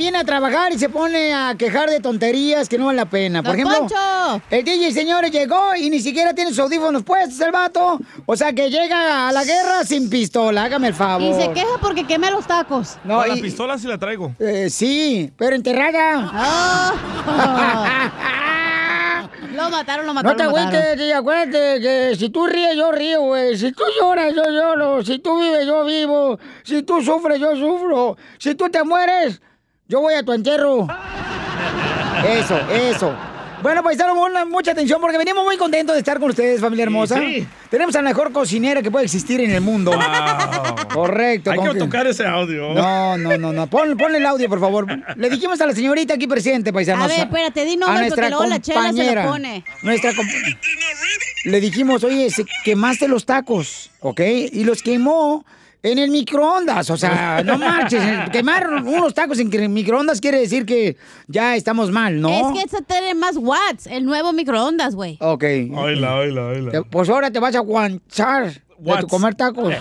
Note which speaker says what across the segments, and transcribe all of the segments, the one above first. Speaker 1: pone a trabajar y se pone a quejar de tonterías que no valen la pena. Por
Speaker 2: ¡Don
Speaker 1: ejemplo,
Speaker 2: Poncho!
Speaker 1: el DJ, señores, llegó y ni siquiera tiene sus audífonos puestos el vato. O sea, que llega a la guerra sin pistola. Hágame el favor.
Speaker 2: Y se queja porque quema los tacos.
Speaker 1: No,
Speaker 3: Ah, la
Speaker 1: y-
Speaker 3: pistola sí la traigo.
Speaker 1: Eh, sí, pero enterrada.
Speaker 2: Ah. Lo mataron, lo
Speaker 1: No
Speaker 2: mataron.
Speaker 1: te
Speaker 2: lo mataron.
Speaker 1: agüites, que acuérdate que si tú ríes, yo río, güey. Si tú lloras, yo lloro. Si tú vives, yo vivo. Si tú sufres, yo sufro. Si tú te mueres, yo voy a tu entierro. Eso, eso. Bueno, paisanos, pongan mucha atención porque venimos muy contentos de estar con ustedes, familia hermosa.
Speaker 3: sí.
Speaker 1: Tenemos a la mejor cocinera que puede existir en el mundo. Correcto.
Speaker 3: Hay que
Speaker 1: confi-
Speaker 3: tocar ese audio.
Speaker 1: No, no, no, no. Pon, ponle el audio, por favor. Le dijimos a la señorita aquí presente, paisanos.
Speaker 2: A ver, pues, espérate, di nombre,
Speaker 1: a nuestra
Speaker 2: porque luego la chela se lo
Speaker 1: compañera.
Speaker 2: pone.
Speaker 1: Nuestra comp- Le dijimos, oye, se- quemaste los tacos, ¿ok? Y los quemó en el microondas. O sea, no marches. Quemar unos tacos en el microondas quiere decir que ya estamos mal, ¿no?
Speaker 2: Es que ese tiene más watts, el nuevo microondas, güey.
Speaker 1: Ok.
Speaker 3: Oíla, oíla,
Speaker 1: Te-
Speaker 3: oíla.
Speaker 1: Pues ahora te vas a guanchar de tu
Speaker 3: What's-
Speaker 1: comer tacos.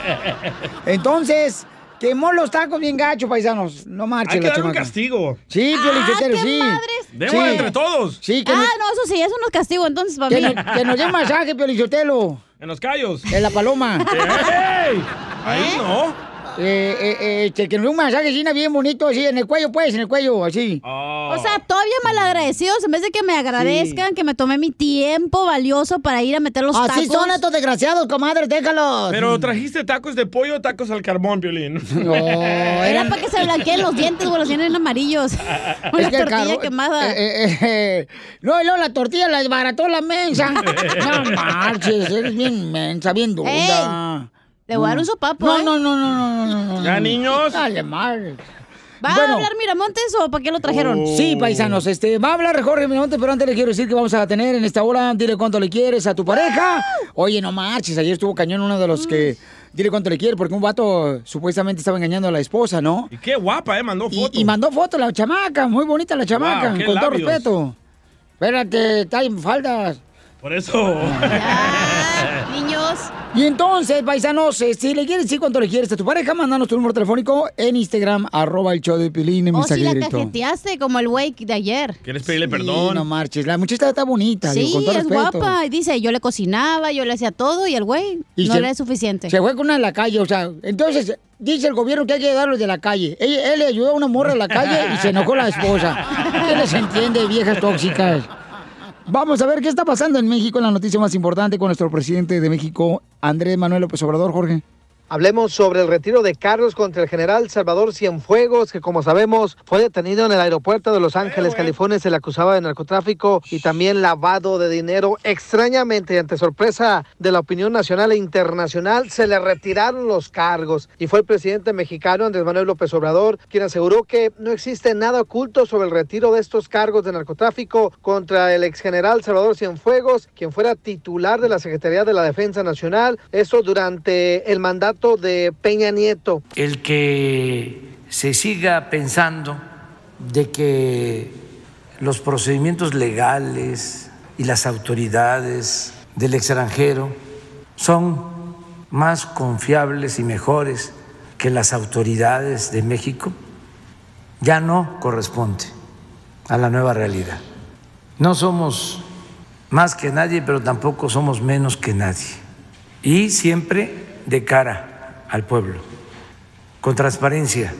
Speaker 1: Entonces, quemó los tacos bien gacho, paisanos. No marches
Speaker 3: Hay que
Speaker 1: la
Speaker 3: dar un
Speaker 1: chamaca.
Speaker 3: castigo.
Speaker 1: Sí,
Speaker 2: Ah,
Speaker 1: Piolín Sotelo,
Speaker 2: qué
Speaker 1: sí.
Speaker 2: madres.
Speaker 3: Demos
Speaker 1: Sí.
Speaker 3: entre todos.
Speaker 1: Sí, que,
Speaker 2: Ah,
Speaker 1: nos-
Speaker 2: no, eso sí, eso no es castigo, entonces, para
Speaker 1: que,
Speaker 2: mí.
Speaker 1: nos- que nos dé masaje, Piolichotelo,
Speaker 3: En los callos.
Speaker 1: en la paloma.
Speaker 3: ¡Ey! Ahí no.
Speaker 1: Eh, eh, eh, este, que nos dé un masaje así, bien bonito, así, en el cuello, pues, en el cuello, así.
Speaker 3: Ah.
Speaker 2: O sea, todavía malagradecidos, en vez de que me agradezcan, que me tomé mi tiempo valioso para ir a meter los
Speaker 1: Así
Speaker 2: tacos.
Speaker 1: son estos desgraciados, comadre, déjalos. Mm.
Speaker 3: Pero trajiste tacos de pollo o tacos al carbón, Piolín.
Speaker 1: No,
Speaker 2: Era
Speaker 1: eran-
Speaker 2: para que se blanqueen los dientes, güey, los tienen amarillos. Una
Speaker 1: es que el
Speaker 2: tortilla
Speaker 1: carro-
Speaker 2: quemada.
Speaker 1: eh, eh, eh, No, y luego la tortilla la desbarató la mensa.
Speaker 3: eh,
Speaker 1: No marches, eres bien mensa, bien dura.
Speaker 2: Le voy a dar un sopapo,
Speaker 1: Mm. No, no,
Speaker 2: ¿eh?
Speaker 1: no, no, no, no, no, no.
Speaker 3: Ya, niños.
Speaker 1: Dale, madre.
Speaker 2: ¿Va
Speaker 1: Bueno.
Speaker 2: a hablar Miramontes o para qué lo trajeron?
Speaker 3: Oh.
Speaker 1: Sí, paisanos, este, va a hablar Jorge Miramontes, pero antes le quiero decir que vamos a tener en esta hora, dile cuánto le quieres a tu pareja. Oye, no marches, ayer estuvo cañón uno de los que, dile cuánto le quiere, porque un vato supuestamente estaba engañando a la esposa, ¿no?
Speaker 3: Y qué guapa, ¿eh? Mandó
Speaker 1: Y,
Speaker 3: foto.
Speaker 1: y mandó foto la chamaca, muy bonita la chamaca,
Speaker 3: Wow, qué
Speaker 1: con todo
Speaker 3: labios.
Speaker 1: respeto. Espérate, está en faldas.
Speaker 3: Por eso.
Speaker 2: Ya, Ah, niños.
Speaker 1: Y entonces, paisanos, eh, si le quieres decir cuánto le quieres a tu pareja, mándanos tu número telefónico en Instagram, arroba el show de Pilín, en
Speaker 2: O
Speaker 1: mensaje
Speaker 2: si Oh, la
Speaker 1: directo.
Speaker 2: cajeteaste como el güey de ayer.
Speaker 3: ¿Quieres pedirle
Speaker 1: Sí,
Speaker 3: perdón?
Speaker 1: no marches, la muchacha está bonita, digo,
Speaker 2: Sí,
Speaker 1: con todo
Speaker 2: es
Speaker 1: respeto.
Speaker 2: guapa. Y dice, yo le cocinaba, yo le hacía todo y el güey
Speaker 1: Y
Speaker 2: no
Speaker 1: se-
Speaker 2: era suficiente.
Speaker 1: Se fue con una de la calle, o sea, entonces dice el gobierno que hay que darlos de la calle. Él, él le ayudó a una morra de la calle y se enojó la esposa. ¿Qué les entiende, viejas tóxicas? Vamos a ver qué está pasando en México, en la noticia más importante con nuestro presidente de México, Andrés Manuel López Obrador, Jorge.
Speaker 4: Hablemos sobre el retiro de cargos contra el general Salvador Cienfuegos, que como sabemos fue detenido en el aeropuerto de Los Ángeles, California. Se le acusaba de narcotráfico y también lavado de dinero. Extrañamente, ante sorpresa de la opinión nacional e internacional, se le retiraron los cargos. Y fue el presidente mexicano Andrés Manuel López Obrador quien aseguró que no existe nada oculto sobre el retiro de estos cargos de narcotráfico contra el exgeneral Salvador Cienfuegos, quien fuera titular de la Secretaría de la Defensa Nacional. Eso durante el mandato de Peña Nieto.
Speaker 5: el que se siga pensando de que los procedimientos legales y las autoridades del extranjero son más confiables y mejores que las autoridades de México, ya no corresponde a la nueva realidad. No somos más que nadie, pero tampoco somos menos que nadie. Y siempre de cara al pueblo con transparencia.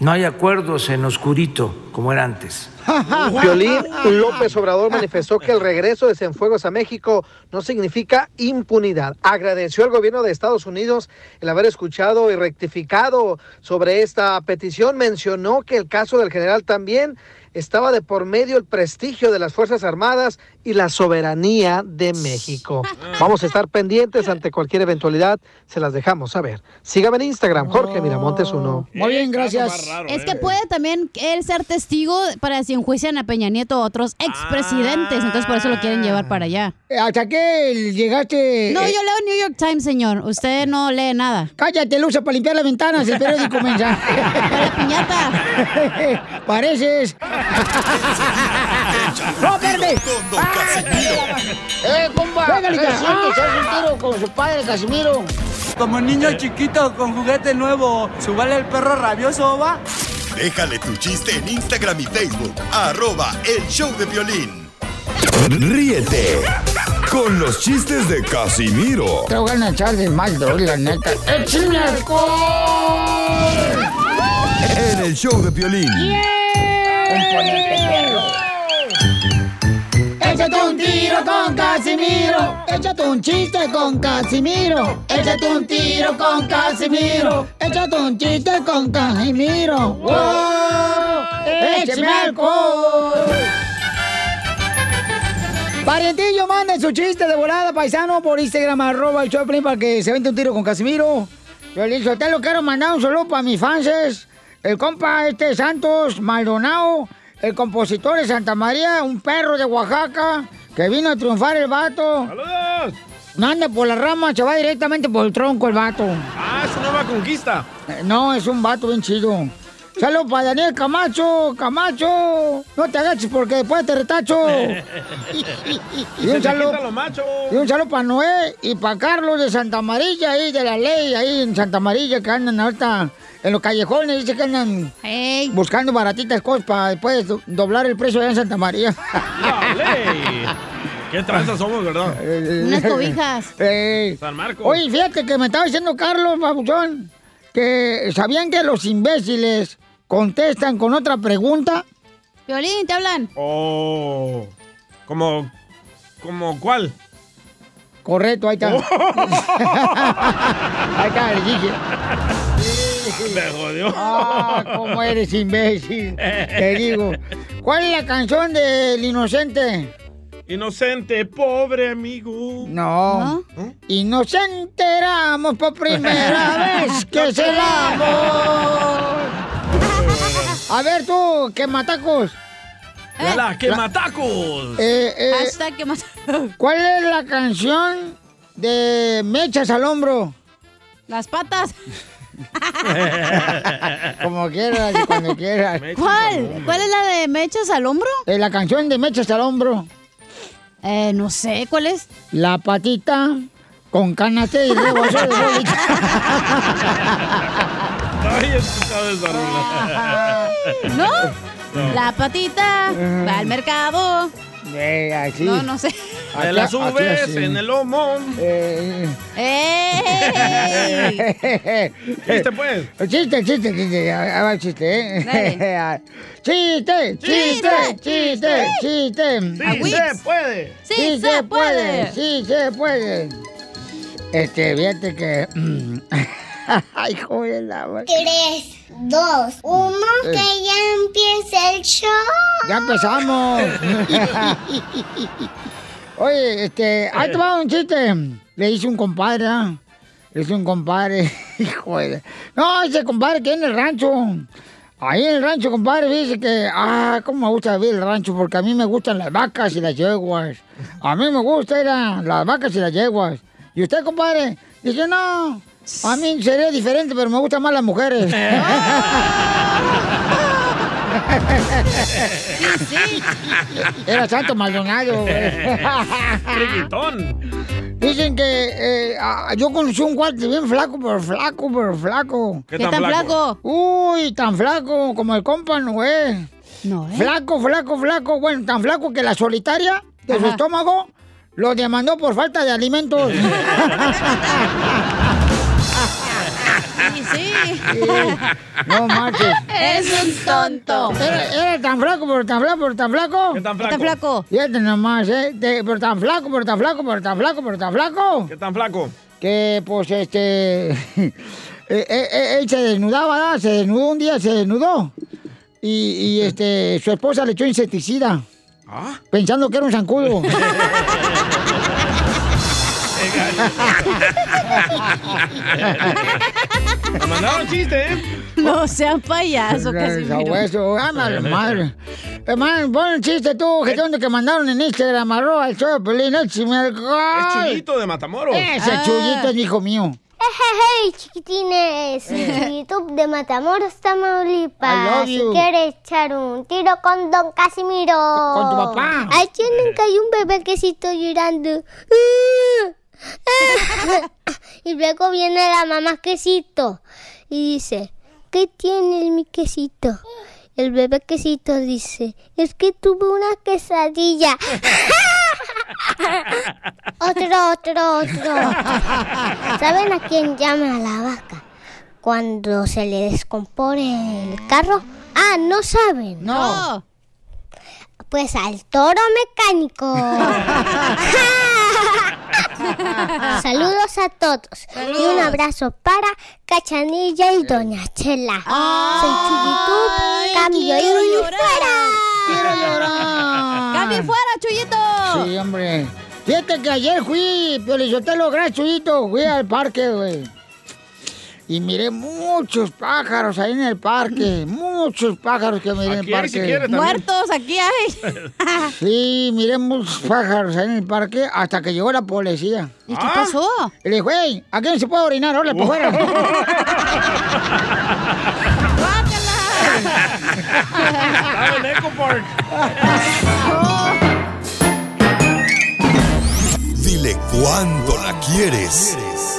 Speaker 5: No hay acuerdos en oscurito como era antes.
Speaker 4: Violín López Obrador manifestó que el regreso de Cienfuegos a México no significa impunidad. Agradeció al gobierno de Estados Unidos el haber escuchado y rectificado sobre esta petición. Mencionó que el caso del general también estaba de por medio el prestigio de las Fuerzas Armadas y la soberanía de México. Vamos a estar pendientes ante cualquier eventualidad. Se las dejamos saber. Sígame en Instagram, Jorge Miramontes 1.
Speaker 1: Muy bien,
Speaker 3: Eh,
Speaker 1: gracias.
Speaker 3: caso más raro,
Speaker 2: Es
Speaker 3: eh.
Speaker 2: que puede también él ser testigo para si enjuician a Peña Nieto o otros
Speaker 3: Ah.
Speaker 2: expresidentes, entonces por eso lo quieren llevar para allá.
Speaker 1: Eh, ¿Hasta qué llegaste?
Speaker 2: No, yo
Speaker 1: Eh,
Speaker 2: leo New York Times, señor. Usted no lee nada.
Speaker 1: Cállate, Luza, para limpiar las ventanas, el periódico mensaje.
Speaker 2: Para la piñata.
Speaker 1: Pareces. ¡No, espérate! ¡Eh, compa! ¿Qué sientes? ¿Haz un tiro con su padre, Casimiro?
Speaker 6: Como niño chiquito con juguete nuevo, subale el perro rabioso, va. Déjale tu chiste en Instagram y Facebook. Arroba el show de violín. Ríete. Con los chistes de Casimiro.
Speaker 1: Te voy a echar de mal, bro, la neta. ¡Échame alcohol!
Speaker 6: En el show de violín.
Speaker 1: Échate un tiro con Casimiro. Échate un chiste con Casimiro. Échate un tiro con Casimiro. Échate un chiste con Casimiro. ¡Wow! ¡Échame alcohol! Parientillo, manden su chiste de volada, paisano, por Instagram, arroba el Choplin, para que se vente un tiro con Casimiro. Yo le dije, te lo quiero mandar un saludo para mis fans. El compa este Santos Maldonado, el compositor de Santa María, un perro de Oaxaca, que vino a triunfar el vato. ¡Saludos! No anda por la rama, se va directamente por el tronco el vato.
Speaker 3: Ah, es una nueva conquista.
Speaker 1: Eh, No, es un vato bien chido. Saludos para Daniel Camacho, Camacho. No te agaches porque después te retacho.
Speaker 3: Y se te quita lo macho.
Speaker 1: Y un saludo para Noé y para Carlos de Santa Amarilla, ahí de la ley, ahí en Santa Amarilla, que andan ahorita en los callejones, dice que andan
Speaker 2: Ey.
Speaker 1: buscando baratitas cosas para después do- doblar el precio allá en Santa María.
Speaker 3: ¡Dale! ¿Qué tranzas somos, verdad?
Speaker 1: Eh,
Speaker 2: Unas cobijas.
Speaker 1: Ey.
Speaker 3: San Marcos.
Speaker 1: Oye, fíjate que me estaba diciendo Carlos Babuchón que sabían que los imbéciles contestan con otra pregunta.
Speaker 2: Violín, te hablan.
Speaker 3: Oh. Como. ¿Como cuál?
Speaker 1: Correcto, ahí está. ahí está, le dije.
Speaker 3: Me jodió.
Speaker 1: Ah, cómo eres imbécil. Te digo. ¿Cuál es la canción del inocente?
Speaker 3: Inocente, pobre amigo.
Speaker 1: No.
Speaker 2: ¿No?
Speaker 1: Y nos enteramos por primera vez que es el amor. A ver tú, que matacos.
Speaker 3: ¡La que matacos!
Speaker 1: Eh, eh,
Speaker 2: Hashtag que más.
Speaker 1: ¿Cuál es la canción de Mechas al hombro?
Speaker 2: Las patas.
Speaker 1: Como quieras y cuando quieras.
Speaker 3: Me echan al
Speaker 2: ¿Cuál?
Speaker 3: hombre.
Speaker 2: ¿Cuál es la de me echas al hombro?
Speaker 1: Eh, la canción de Mechas al hombro.
Speaker 2: Eh, no sé, ¿cuál es?
Speaker 1: La patita con canasta y rebozo de bolita.
Speaker 3: Ay, escuchado esa rola.
Speaker 2: ¿No? La patita va al mercado.
Speaker 1: Eh, así.
Speaker 2: No, no sé.
Speaker 3: Te
Speaker 1: Aquí-
Speaker 3: la
Speaker 1: aquí
Speaker 3: subes
Speaker 1: así.
Speaker 3: en el lomo.
Speaker 1: Eh,
Speaker 2: ¡Eh! ¡Ey!
Speaker 3: ¿Viste, pues?
Speaker 1: Chiste, chiste, chiste, ahí va el chiste, ¿eh? Chiste, chiste, chiste, chiste.
Speaker 2: Ah,
Speaker 3: ¡Sí
Speaker 2: Wix.
Speaker 3: se puede!
Speaker 2: ¡Sí se puede!
Speaker 1: sí se puede. Este, fíjate que... mm. Ay, joder, la Eh. madre.
Speaker 7: 3, 2, 1, que ya empieza el show.
Speaker 1: Ya empezamos. Oye, este, ahí te va un chiste. Le hice un compadre, ¿ah? Le hice un compadre. Hijo de... No, ese compadre que en el rancho. Ahí en el rancho, compadre, dice que, ah, cómo me gusta vivir el rancho, porque a mí me gustan las vacas y las yeguas. A mí me gustan las vacas y las yeguas. ¿Y usted, compadre? Dice, no, a mí sería diferente, pero me gustan más las mujeres. Era Santo Maldonado. güey.
Speaker 3: ¡Friquitón!
Speaker 1: Dicen que eh, ah, yo conocí un cuate bien flaco, pero flaco, pero flaco.
Speaker 2: ¿Qué tan flaco?
Speaker 1: Uy, tan flaco como el compa Noé.
Speaker 2: No, ¿eh?
Speaker 1: Flaco, flaco, flaco. Bueno, tan flaco que la solitaria de su
Speaker 2: Ajá.
Speaker 1: estómago lo demandó por falta de alimentos.
Speaker 2: Sí, sí.
Speaker 1: no marches.
Speaker 2: ¡Es un tonto!
Speaker 1: Era, era tan flaco, pero tan flaco, pero tan flaco.
Speaker 3: ¿Qué tan
Speaker 2: ¿Qué tan
Speaker 3: flaco?
Speaker 2: flaco?
Speaker 1: Fíjate nomás, ¿eh? De- pero tan flaco, pero tan flaco, pero tan flaco, pero tan flaco.
Speaker 3: ¿Qué tan flaco?
Speaker 1: que pues este eh, eh, eh, él se desnudaba, ¿verdad? se desnudó un día, se desnudó y, y, este su esposa le echó insecticida
Speaker 3: ¿Ah?
Speaker 1: pensando que era un zancudo.
Speaker 3: Me mandaron chiste, ¿eh?
Speaker 2: No seas payaso, Casimiro.
Speaker 1: Sabueso, ah, madre, madre. Hermano, pon el chiste tú,
Speaker 3: Eh.
Speaker 1: que donde que mandaron en Instagram, arroba el show de Piolín, échame
Speaker 3: Es
Speaker 1: alcohol.
Speaker 3: chulito de Matamoros.
Speaker 1: Ese
Speaker 2: Ah.
Speaker 1: chullito es hijo mío.
Speaker 7: Hey, chiquitines. YouTube de Matamoros,
Speaker 1: Eh. I love
Speaker 7: Tamaulipas. Si
Speaker 1: you.
Speaker 7: quieres echar un tiro con Don Casimiro.
Speaker 1: Con tu papá.
Speaker 7: Ay, yo nunca hay un bebé que sí está llorando. Y luego viene la mamá quesito y dice,
Speaker 8: ¿qué tiene el mi quesito? El bebé quesito dice, es que tuve una quesadilla. otro, otro, otro. ¿Saben a quién llama la vaca? Cuando se le descompone el carro. Ah, no saben.
Speaker 2: No.
Speaker 8: Pues al toro mecánico. Saludos a todos y un abrazo para Cachanilla y Doña Chela.
Speaker 2: Ay,
Speaker 8: Soy Chuyitut, cambio
Speaker 2: quiero
Speaker 8: y
Speaker 2: llorar.
Speaker 8: fuera.
Speaker 1: ¡Quiero llorar!
Speaker 2: ¡Cambio fuera, Chuyito!
Speaker 1: Sí, hombre. Fíjate que ayer fui, Piolizotelo, gracias, Chuyito, fui al parque, güey. Y miré muchos pájaros ahí en el parque. Muchos pájaros que miré en el
Speaker 9: Aquí hay,
Speaker 1: parque.
Speaker 9: si quieres, también.
Speaker 2: Muertos, aquí hay.
Speaker 1: Sí, miré muchos pájaros ahí en el parque hasta que llegó la policía.
Speaker 2: ¿Y qué
Speaker 9: Ah.
Speaker 2: pasó?
Speaker 1: Y le dije, hey, ¿a quién se puede orinar? ¡Órale, por fuera!
Speaker 9: Ah, en Echo Park.
Speaker 6: Dile cuándo la quieres.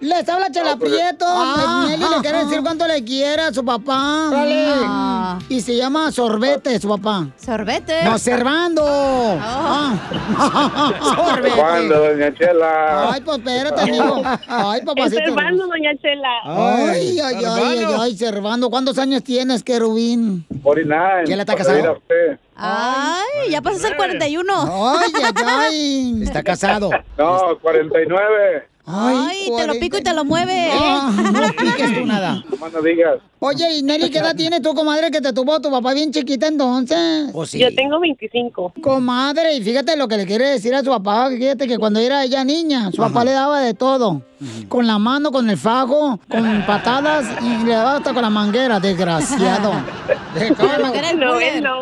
Speaker 1: Les habla
Speaker 9: pues,
Speaker 1: Chela Prieto.
Speaker 2: Ah.
Speaker 1: Nelly pues, le quiere decir cuánto le quiere a su papá. Ah. Y se llama Sorbete, su papá.
Speaker 2: Sorbete.
Speaker 1: No, Servando.
Speaker 2: Oh.
Speaker 1: Ah. Sorbete.
Speaker 10: ¿Cuándo, doña Chela?
Speaker 1: Ay, pues espérate, amigo. Ah, Ay,
Speaker 11: Este
Speaker 1: papacito.
Speaker 11: Servando, doña Chela.
Speaker 1: Ay, ay, ay, ay,
Speaker 9: Servando.
Speaker 1: ay, Servando. ¿Cuántos años tienes, querubín?
Speaker 10: 49.
Speaker 1: ¿Ya le está
Speaker 10: por
Speaker 1: casado?
Speaker 10: oír a usted.
Speaker 2: Ay, ya pasas el 41.
Speaker 1: Ay, ay, ay. Está casado.
Speaker 10: No, 49.
Speaker 2: Ay, te lo pico y te lo mueve.
Speaker 1: Ah, no piques tú nada.
Speaker 10: ¿Cómo no digas?
Speaker 1: Oye, ¿y Nelly qué edad tienes tú, comadre, que te tuvo tu papá bien chiquita entonces?
Speaker 11: Yo tengo 25.
Speaker 1: Comadre, y fíjate lo que le quiere decir a su papá, que fíjate que cuando era ella niña, su papá le daba de todo. Con la mano, con el fajo, con patadas y le daba hasta con la manguera, desgraciado. Le cae la-
Speaker 2: Era el
Speaker 11: No,
Speaker 2: cooler.
Speaker 11: él no.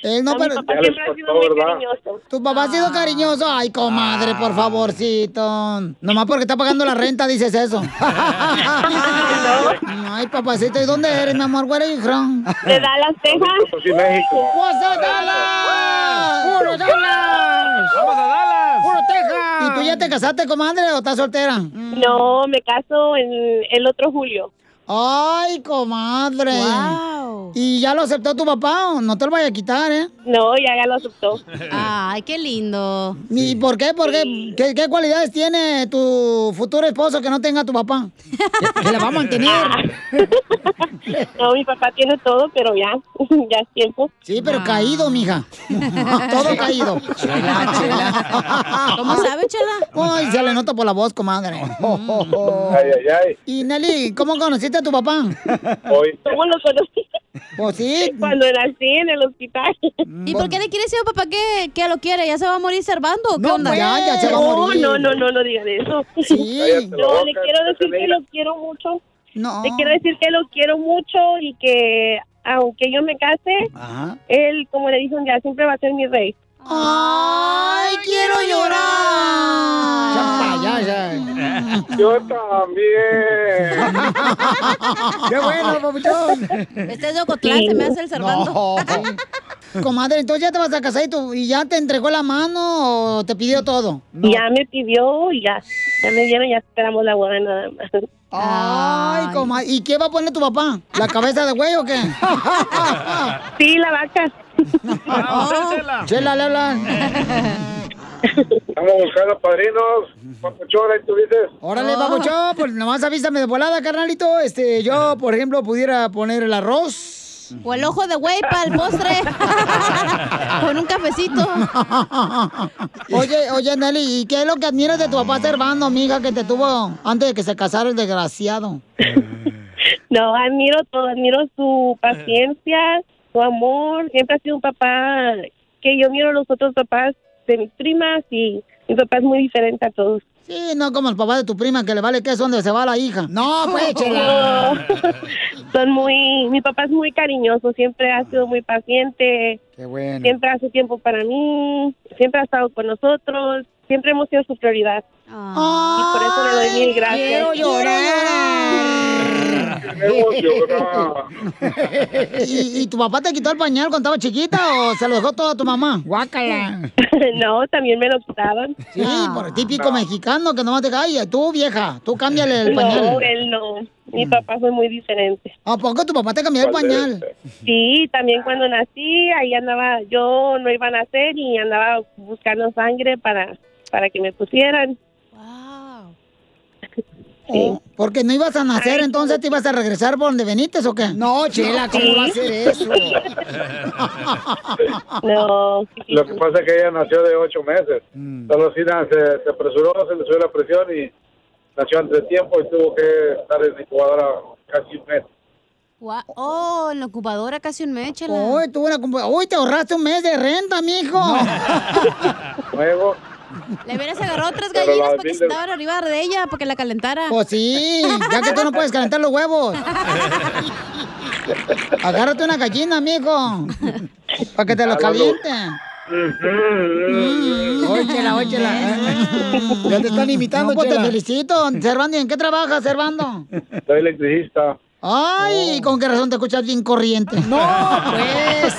Speaker 1: Él no,
Speaker 11: No, mi
Speaker 1: pero-
Speaker 11: papá
Speaker 10: Ya
Speaker 11: siempre
Speaker 10: les
Speaker 11: ha sido
Speaker 10: costó,
Speaker 11: muy
Speaker 10: ¿verdad?
Speaker 11: cariñoso.
Speaker 1: Tu papá ha sido cariñoso. Ay, comadre, por favorcito. Nomás porque está pagando la renta dices eso. Ay, papacito, ¿y dónde eres, mi amor? ¿Where are you from?
Speaker 11: ¿Te da las tejas?
Speaker 10: Potosí, México.
Speaker 1: What's up, Dallas? ¡Puro Dallas!
Speaker 9: Vamos a Dallas.
Speaker 1: ¡Puro Texas! ¿Y tú ya te casaste, comadre, o estás soltera?
Speaker 11: Ah. No, me caso en el otro julio.
Speaker 1: Ay, comadre.
Speaker 2: Wow.
Speaker 1: ¿Y ya lo aceptó tu papá o no te lo vaya a quitar, eh?
Speaker 11: No, ya ya lo aceptó.
Speaker 2: Ay, qué lindo.
Speaker 1: ¿Y por qué? ¿Por qué? ¿Qué, qué cualidades tiene tu futuro esposo que no tenga tu papá? Que, que la va a mantener.
Speaker 11: No, mi papá tiene todo, pero ya, ya es tiempo.
Speaker 1: Sí, pero caído, mija. Todo caído.
Speaker 12: Chela, chela.
Speaker 2: ¿Cómo sabe, Chela?
Speaker 1: Ay, se le nota por la voz, comadre.
Speaker 10: Ay, ay,
Speaker 1: Y Nelly, ¿cómo conociste a tu papá?
Speaker 10: ay. Hoy.
Speaker 11: ¿Cómo lo conocí?
Speaker 1: Pues sí.
Speaker 11: Cuando nací en el hospital.
Speaker 2: ¿Y por qué le quiere decir a papá que, que lo quiere? ¿Ya se va a morir Servando? o ¿Qué
Speaker 1: No,
Speaker 2: onda?
Speaker 1: pues. Ya, ya se va a
Speaker 11: No,
Speaker 1: morir.
Speaker 11: Oh, no, no, no, no digan eso.
Speaker 1: Sí.
Speaker 11: No, le quiero decir que lo quiero mucho.
Speaker 1: No.
Speaker 11: Le quiero decir que lo quiero mucho y que aunque yo me case,
Speaker 1: Ajá.
Speaker 11: él, como le dije un día, siempre va a ser mi rey.
Speaker 1: ¡Ay, quiero llorar! Ya, ya,
Speaker 10: Yo también.
Speaker 1: ¡Qué bueno, papuchón!
Speaker 2: Este es de Ocotlán, se me hace el Servando.
Speaker 1: Comadre, entonces ya te vas a casar y, tú, y ya te entregó la mano o te pidió todo.
Speaker 11: Y Ya me pidió y ya, ya me dieron, ya esperamos la boda nada más.
Speaker 1: Ah. Ay, comadre. ¿Y qué va a poner tu papá? ¿La cabeza de güey o qué?
Speaker 11: Sí, la vaca.
Speaker 9: Vamos, Chela.
Speaker 1: Chela, le hablan.
Speaker 10: Estamos buscando padrinos. Papuchona, ¿y tú dices?
Speaker 1: Órale,
Speaker 2: Ah.
Speaker 1: papuchón, pues nomás avísame de volada, carnalito. Este, yo, por ejemplo, pudiera poner el arroz.
Speaker 2: O el ojo de güey para el postre. Con un cafecito.
Speaker 1: Oye, oye, Nelly, ¿y qué es lo que admiras de tu papá Servando, amiga, que te tuvo antes de que se casara el desgraciado?
Speaker 11: No, admiro todo, admiro su paciencia, su amor. Siempre ha sido un papá que yo miro a los otros papás de mis primas y mi papá es muy diferente a todos.
Speaker 1: Sí, no como el papá de tu prima, que le vale que es donde se va la hija. No, pues, chela.
Speaker 11: Son muy, mi papá es muy cariñoso, siempre ha sido muy paciente,
Speaker 1: Qué bueno.
Speaker 11: siempre hace tiempo para mí, siempre ha estado con nosotros.
Speaker 13: siempre hemos sido su prioridad. Y por eso le doy mil gracias.
Speaker 1: Ah. quiero llorar. ¿Y, y tu papá te quitó el pañal cuando estaba chiquita o se lo dejó todo a tu mamá? Guácala. Ah.
Speaker 13: No, también me lo quitaban.
Speaker 1: Sí, por típico mexicano que nomás te calla. Tú, vieja, tú cámbiale el pañal. Mm.
Speaker 13: No, él no. Mi papá fue muy diferente.
Speaker 1: ¿A poco tu papá te cambió el pañal?
Speaker 10: este-
Speaker 13: Sí, también cuando nací, ahí andaba, yo no iba a nacer y andaba buscando sangre para, para que me pusieran.
Speaker 1: Oh, porque no ibas a nacer, entonces te ibas a regresar por donde veniste o qué? No, chela, ¿cómo
Speaker 13: Sí.
Speaker 1: va a ser eso?
Speaker 13: No.
Speaker 10: Lo que pasa es que ella nació de ocho meses.
Speaker 1: Mm.
Speaker 10: La locina se, se apresuró, se le subió la presión y nació antes de tiempo y tuvo que estar en la incubadora casi un mes.
Speaker 2: Gua- Oh, en la ocupadora casi un mes, chela.
Speaker 1: Uy, tú una compu- Uy, te ahorraste un mes de renta, mijo. Ah.
Speaker 10: Luego,
Speaker 2: Le hubieras agarrado otras
Speaker 10: Pero
Speaker 2: gallinas
Speaker 10: la
Speaker 2: para que
Speaker 10: Dilde-
Speaker 2: se estaban arriba de ella, para que la calentara.
Speaker 1: Pues sí, ya que tú no puedes calentar los huevos. Agárrate una gallina, mijo. Para que te los caliente. Mm, Óchela, óchela. Mm. Ya te están imitando, pues te felicito. Servando, ¿y en qué trabajas, Servando?
Speaker 10: soy electricista.
Speaker 1: Ay, con qué razón te escuchas bien corriente. Oh. No, pues.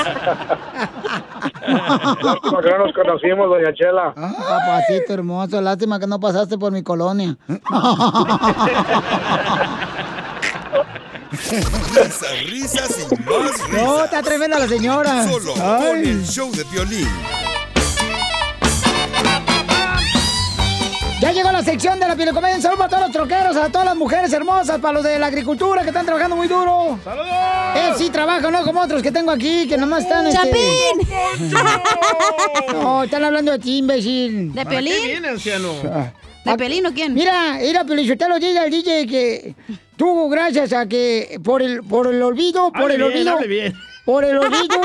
Speaker 10: Lástima que no nos conocimos, doña Chela.
Speaker 1: Ah. Papacito hermoso, lástima que no pasaste por mi colonia.
Speaker 6: Risas, risas y más risas.
Speaker 1: No, está tremenda la señora.
Speaker 6: Solo con
Speaker 1: Ay.
Speaker 6: el show de violín.
Speaker 1: Ya llegó la sección de la piolicomedia. Un saludo para todos los troqueros, a todas las mujeres hermosas, para los de la agricultura que están trabajando muy duro. ¡Saludos! Ellos sí trabajan, no como otros que tengo aquí, que nomás están... este-
Speaker 2: ¡Chapín!
Speaker 1: No, están hablando de ti, imbécil.
Speaker 2: ¿De ¿Para qué Piolín? viene,
Speaker 1: anciano?
Speaker 2: ¿De Piolín o quién?
Speaker 1: Mira, mira, Piolín, usted lo dice al DJ que tú, gracias a que por el, por el olvido, por
Speaker 3: Hable
Speaker 1: el
Speaker 3: bien,
Speaker 1: olvido,
Speaker 3: hable bien.
Speaker 1: por el olvido,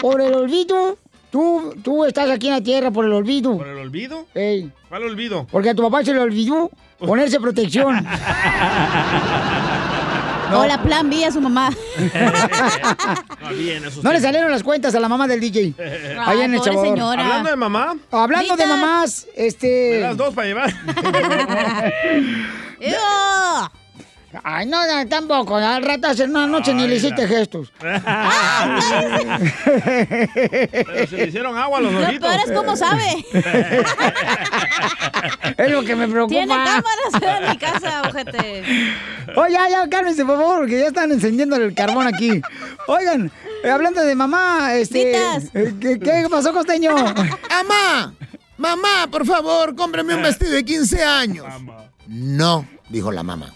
Speaker 1: por el olvido, tú, tú estás aquí en la tierra por el olvido. ¿Por
Speaker 3: el olvido?
Speaker 1: Ey,
Speaker 3: ¿Cuál olvido?
Speaker 1: porque a tu papá se le olvidó ponerse protección. Mm. No.
Speaker 2: O la plan B a su mamá.
Speaker 3: Ah, bien, eso
Speaker 1: No
Speaker 3: sí.
Speaker 1: le salieron las cuentas a la mamá del DJ. Ahí en el
Speaker 3: pobre
Speaker 1: Chabador.
Speaker 3: señora. Hablando de mamá.
Speaker 1: Hablando de
Speaker 3: Mica.
Speaker 1: mamás, este.
Speaker 3: Me das dos para llevar.
Speaker 1: Ay, no, no, tampoco. Al rato hace una noche ni le hiciste gestos.
Speaker 3: Pero se le hicieron agua a los
Speaker 2: Lo
Speaker 3: ojitos.
Speaker 2: peor es cómo sabe.
Speaker 1: Es lo que me preocupa.
Speaker 2: Tiene cámaras en mi casa, ojete.
Speaker 1: Oye, ya, ya, cálmense, por favor, que ya están encendiendo el carbón aquí. Oigan, eh, hablando de mamá, este. eh, ¿qué, qué pasó, costeño?
Speaker 14: ¡Mamá! ¡Mamá, por favor, cómprame un vestido de 15 años! No, dijo la mamá.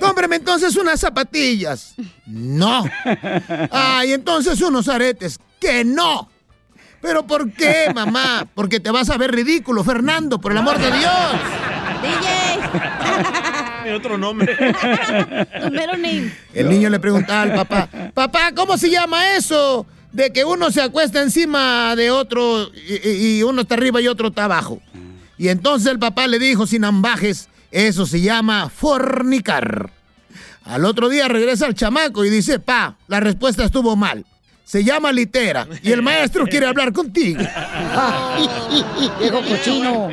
Speaker 14: Cómprame entonces unas zapatillas. No. Ay, entonces unos aretes. Que no. Pero ¿por qué, mamá? Porque te vas a ver ridículo, Fernando, por el amor de Dios.
Speaker 3: Mi otro nombre.
Speaker 14: El niño le preguntaba al papá, papá, ¿cómo se llama eso? De que uno se acuesta encima de otro y, y- y uno está arriba y otro está abajo. Y entonces el papá le dijo sin ambajes, eso se llama fornicar. Al otro día regresa el chamaco y dice, pa, la respuesta estuvo mal. Se llama litera y el maestro quiere hablar contigo.
Speaker 1: Viejo cochino.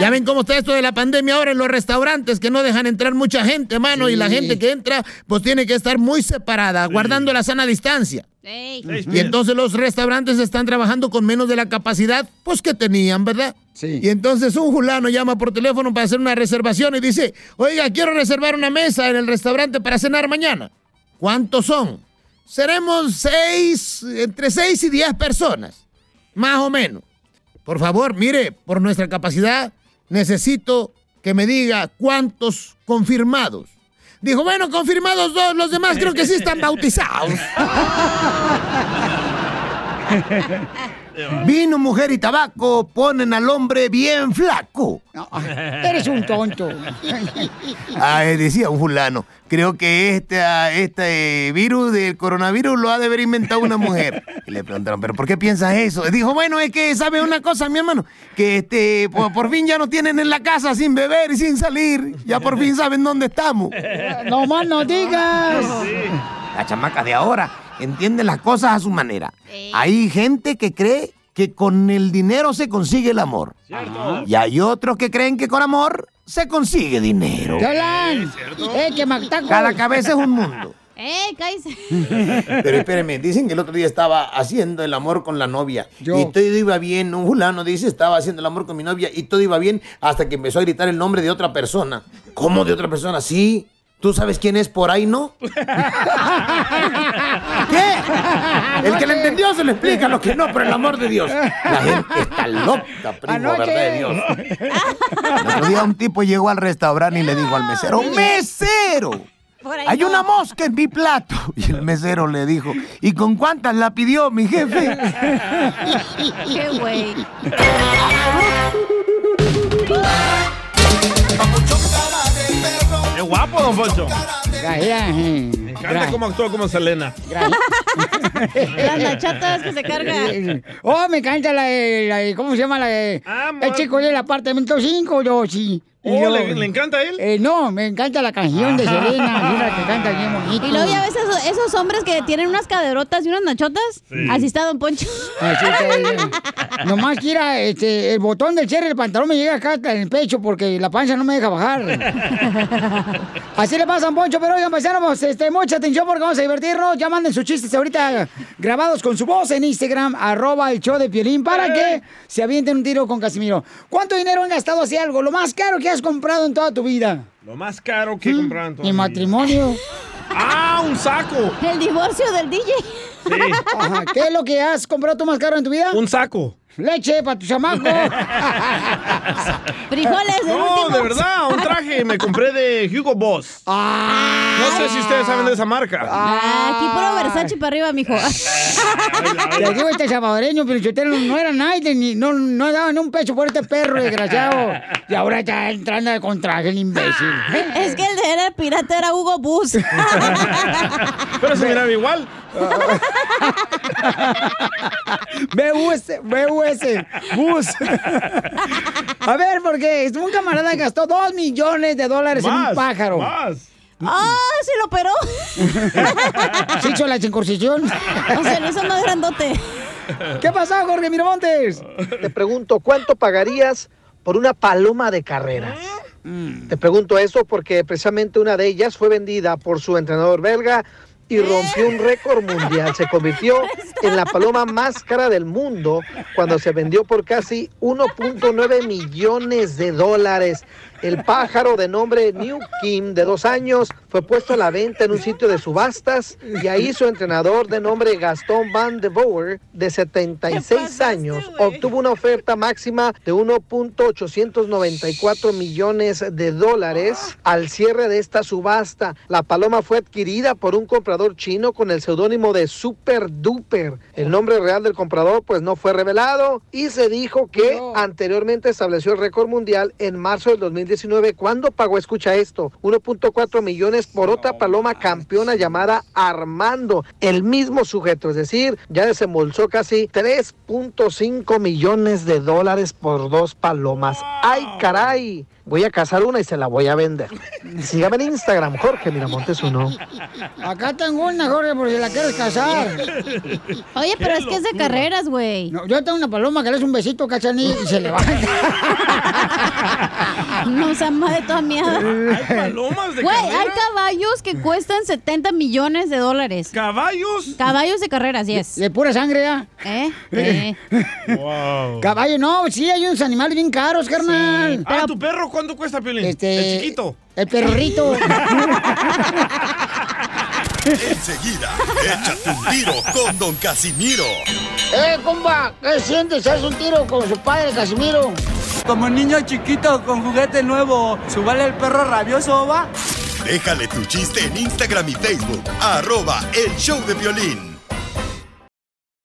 Speaker 14: Ya ven cómo está esto de la pandemia ahora en los restaurantes que no dejan entrar mucha gente, mano, y la gente que entra pues tiene que estar muy separada, guardando la sana distancia. Y entonces los restaurantes están trabajando con menos de la capacidad, pues que tenían, ¿verdad? Sí. Y entonces un fulano llama por teléfono para hacer una reservación y dice, oiga, quiero reservar una mesa en el restaurante para cenar mañana. ¿Cuántos son? Seremos seis, entre seis y diez personas, más o menos. Por favor, mire, por nuestra capacidad, necesito que me diga cuántos confirmados. Dijo, bueno, confirmados dos, los demás creo que sí están bautizados. Vino, mujer y tabaco ponen al hombre bien flaco.
Speaker 1: Eres un tonto.
Speaker 14: Ah, eh, decía un fulano, creo que esta- este eh, virus del coronavirus lo ha de haber inventado una mujer. Y le preguntaron, ¿pero por qué piensas eso? Y dijo, bueno, es que, ¿sabes una cosa, mi hermano? Que este, por, por fin ya nos tienen en la casa sin beber y sin salir. Ya por fin saben dónde estamos.
Speaker 1: No más no digas.
Speaker 14: La chamaca de ahora entiende las cosas a su manera. Hay gente que cree
Speaker 15: que con el dinero se consigue el amor. Y hay otros que creen que con amor se consigue dinero.
Speaker 1: ¡Yolan! ¡Eh, que mactaco!
Speaker 15: Cada cabeza es un mundo.
Speaker 2: ¡Eh, cállese!
Speaker 15: Pero espérenme, dicen que el otro día estaba haciendo el amor con la novia y todo iba bien. Un fulano dice, estaba haciendo el amor con mi novia y todo iba bien hasta que empezó a gritar el nombre de otra persona. ¿Cómo de otra persona? Sí. ¿Tú sabes quién es por ahí, no? ¿Qué? El que le entendió se le explica, los que no, por el amor de Dios. La gente está loca, primo,
Speaker 16: Anoche.
Speaker 15: verdad de Dios. El otro día un tipo llegó al restaurante y le dijo al mesero, ¡mesero! Hay una mosca en mi plato. Y el mesero le dijo, ¿y con cuántas la pidió mi jefe?
Speaker 2: ¡Qué güey!
Speaker 3: Es guapo, don Poncho.
Speaker 1: Gracias. Me
Speaker 3: encanta cómo actúa como Selena.
Speaker 1: Las
Speaker 2: nachatas que se cargan.
Speaker 1: Oh, me encanta la de, la de- ¿cómo se llama la de? el chico del apartamento 5, yo sí.
Speaker 3: Oh, ¿le- le encanta él?
Speaker 1: Eh, no, me encanta la canción de
Speaker 2: Ah.
Speaker 1: Selena, es una que canta bien bonito.
Speaker 2: Y luego ya ves esos, esos hombres que tienen unas caderotas y unas nachotas.
Speaker 1: Sí.
Speaker 2: Así está Don Poncho.
Speaker 1: Así está él. Nomás gira este, el botón del cierre del pantalón me llega acá hasta en el pecho porque la pancha no me deja bajar. Así le pasa a un Poncho, pero oigan, paisanos, este, mucha atención porque vamos a divertirnos. Ya manden sus chistes ahorita grabados con su voz en Instagram, arroba el show de Piolín, para que se avienten un tiro con Casimiro. ¿Cuánto dinero han gastado hacia algo? Lo más caro que has comprado en toda tu vida.
Speaker 3: Lo más caro
Speaker 1: Mm.
Speaker 3: que compraron.
Speaker 1: Mi matrimonio.
Speaker 3: ¡Ah, un saco!
Speaker 2: El divorcio del DJ.
Speaker 1: Ajá, ¿Qué es lo que has comprado tú más caro en tu vida?
Speaker 3: Un saco.
Speaker 1: Leche para tu chamaco. Frijoles, el
Speaker 3: No,
Speaker 1: último.
Speaker 3: de verdad, un traje me compré de Hugo Boss.
Speaker 1: Ah.
Speaker 3: No sé si ustedes saben de esa marca.
Speaker 2: Ah, aquí puro Versace para arriba, mijo.
Speaker 1: Te digo, este salvadoreño, pero no era nadie, ni, no, no daban un pecho por este perro desgraciado. Y ahora ya entrando con traje el imbécil.
Speaker 2: Es que el de era el pirata era Hugo Bus.
Speaker 3: Pero se miraba igual.
Speaker 1: BUS, BUS, bus. A ver, porque un camarada gastó dos millones de dólares en
Speaker 2: Más,
Speaker 1: un pájaro.
Speaker 2: más. ¡Ah, se lo operó!
Speaker 1: ¿Se hizo la circuncisión?
Speaker 2: O se lo hizo más grandote.
Speaker 1: ¿Qué pasa, Jorge Miramontes?
Speaker 4: Te pregunto, ¿cuánto pagarías por una paloma de carreras?
Speaker 2: Mm.
Speaker 4: Te pregunto eso porque precisamente una de ellas fue vendida por su entrenador belga y
Speaker 2: ¿Eh?
Speaker 4: rompió un récord mundial. Se convirtió en la paloma más cara del mundo cuando se vendió por casi 1.9 millones de dólares. El pájaro de nombre New Kim, de dos años, fue puesto a la venta en un sitio de subastas y ahí su entrenador de nombre Gastón Van de Boer, de 76 años, obtuvo una oferta máxima de 1.894 millones de dólares al cierre de esta subasta. La paloma fue adquirida por un comprador chino con el seudónimo de Super Duper. El nombre real del comprador pues no fue revelado y se dijo que anteriormente estableció el récord mundial en marzo del 2019 cuando pagó, escucha esto, 1.4 millones por otra paloma campeona llamada Armando, el mismo sujeto, es decir, ya desembolsó casi 3.5 millones de dólares por dos palomas. ¡Ay, caray! Voy a cazar una y se la voy a vender. Sígame en Instagram, Jorge Miramontes uno.
Speaker 1: Acá tengo una, Jorge, por si la quieres casar.
Speaker 2: Oye, pero es que es de carreras, güey.
Speaker 1: yo tengo una paloma que le hace un besito, cachanilla, y se levanta.
Speaker 2: No, se ama de toda mierda.
Speaker 3: de
Speaker 2: Güey,
Speaker 3: carrera?
Speaker 2: hay caballos que cuestan 70 millones de dólares.
Speaker 3: ¿Caballos?
Speaker 2: Caballos de carreras, yes.
Speaker 1: De, pura sangre, ¿ah?
Speaker 2: ¿Eh? Eh.
Speaker 3: Wow.
Speaker 1: Caballo, no, sí, hay unos animales bien caros, carnal.
Speaker 3: Ah, ¿tu perro cuánto cuesta, Piolín?
Speaker 1: Este-
Speaker 3: El chiquito.
Speaker 1: El perrito.
Speaker 6: Enseguida, échate un tiro con Don Casimiro.
Speaker 1: ¡Eh, compa! ¿Qué sientes? ¿Haz un tiro con su padre, Casimiro?
Speaker 17: Como niño chiquito con juguete nuevo, subale el perro rabioso, va.
Speaker 6: Déjale tu chiste en Instagram y Facebook, arroba el show de violín.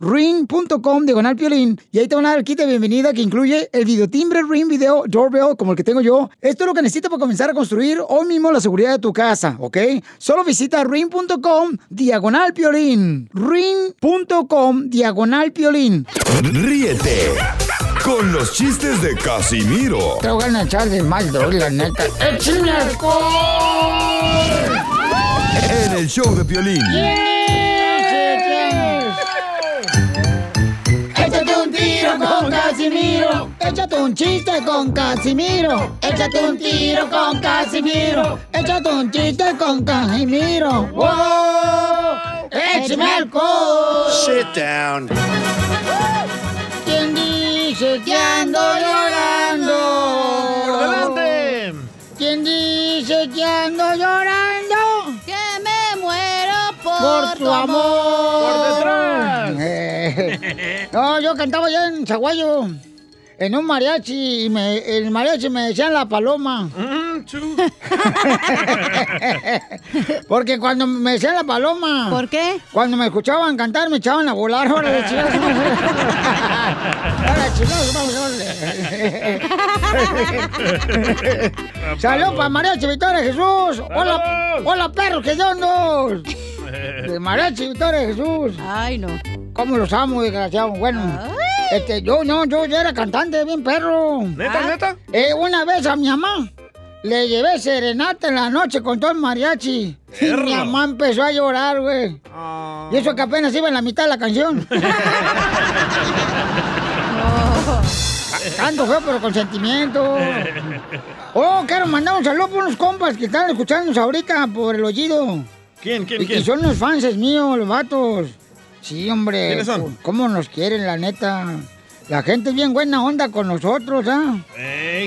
Speaker 1: ring.com diagonal piolín y ahí te van a dar el kit de bienvenida que incluye el videotimbre ring video doorbell como el que tengo yo. Esto es lo que necesitas para comenzar a construir hoy mismo la seguridad de tu casa, ¿ok? Solo visita ring.com diagonal piolín ring.com diagonal piolín.
Speaker 6: Ríete con los chistes de Casimiro
Speaker 1: Te voy a echar de mal, bro, la neta. ¡Échame alcohol!
Speaker 6: en el show de Piolín.
Speaker 1: Échate un tiro con Casimiro. Échate un chiste con Casimiro. Échate un tiro con Casimiro. Échate un chiste con Casimiro. ¡Wow! ¡Échame alcohol!
Speaker 16: Sit down.
Speaker 1: ¿Quién dice que ando llorando?
Speaker 3: ¡Por delante!
Speaker 1: ¿Quién dice que ando llorando?
Speaker 2: Que me muero por,
Speaker 1: Por tu amor.
Speaker 2: Por
Speaker 1: Eh, no, yo cantaba allá en Chaguayo, en un mariachi, y me, el mariachi me decían la paloma. Porque cuando me decían la paloma.
Speaker 2: ¿Por qué?
Speaker 1: Cuando me escuchaban cantar, me echaban a volar. Órale, chicas. Órale, chicas, vamos, órale. Salud para mariachi Victoria Jesús. Hola, hola perros que son dos. De mariachi Victoria Jesús.
Speaker 2: Ay, no.
Speaker 1: ¿Cómo los amo, desgraciado? Bueno. Este, yo no, yo, yo era cantante, bien perro.
Speaker 3: ¿Neta,
Speaker 2: Ah.
Speaker 3: neta?
Speaker 1: Eh, una vez a mi mamá le llevé serenata en la noche con todo el mariachi. Y
Speaker 3: Perro. Ah.
Speaker 1: mi mamá empezó a llorar, güey. Y eso que apenas iba en la mitad de la canción. Tanto fue, pero con sentimiento. Oh, quiero mandar un saludo por unos compas que están escuchándonos ahorita por el oído.
Speaker 3: ¿Quién, quién,
Speaker 1: Y que
Speaker 3: quién?
Speaker 1: son los fans míos, los vatos. Sí, hombre.
Speaker 3: ¿Quiénes son?
Speaker 1: ¿Cómo nos quieren, la neta? La gente es bien buena onda con nosotros, ¿ah?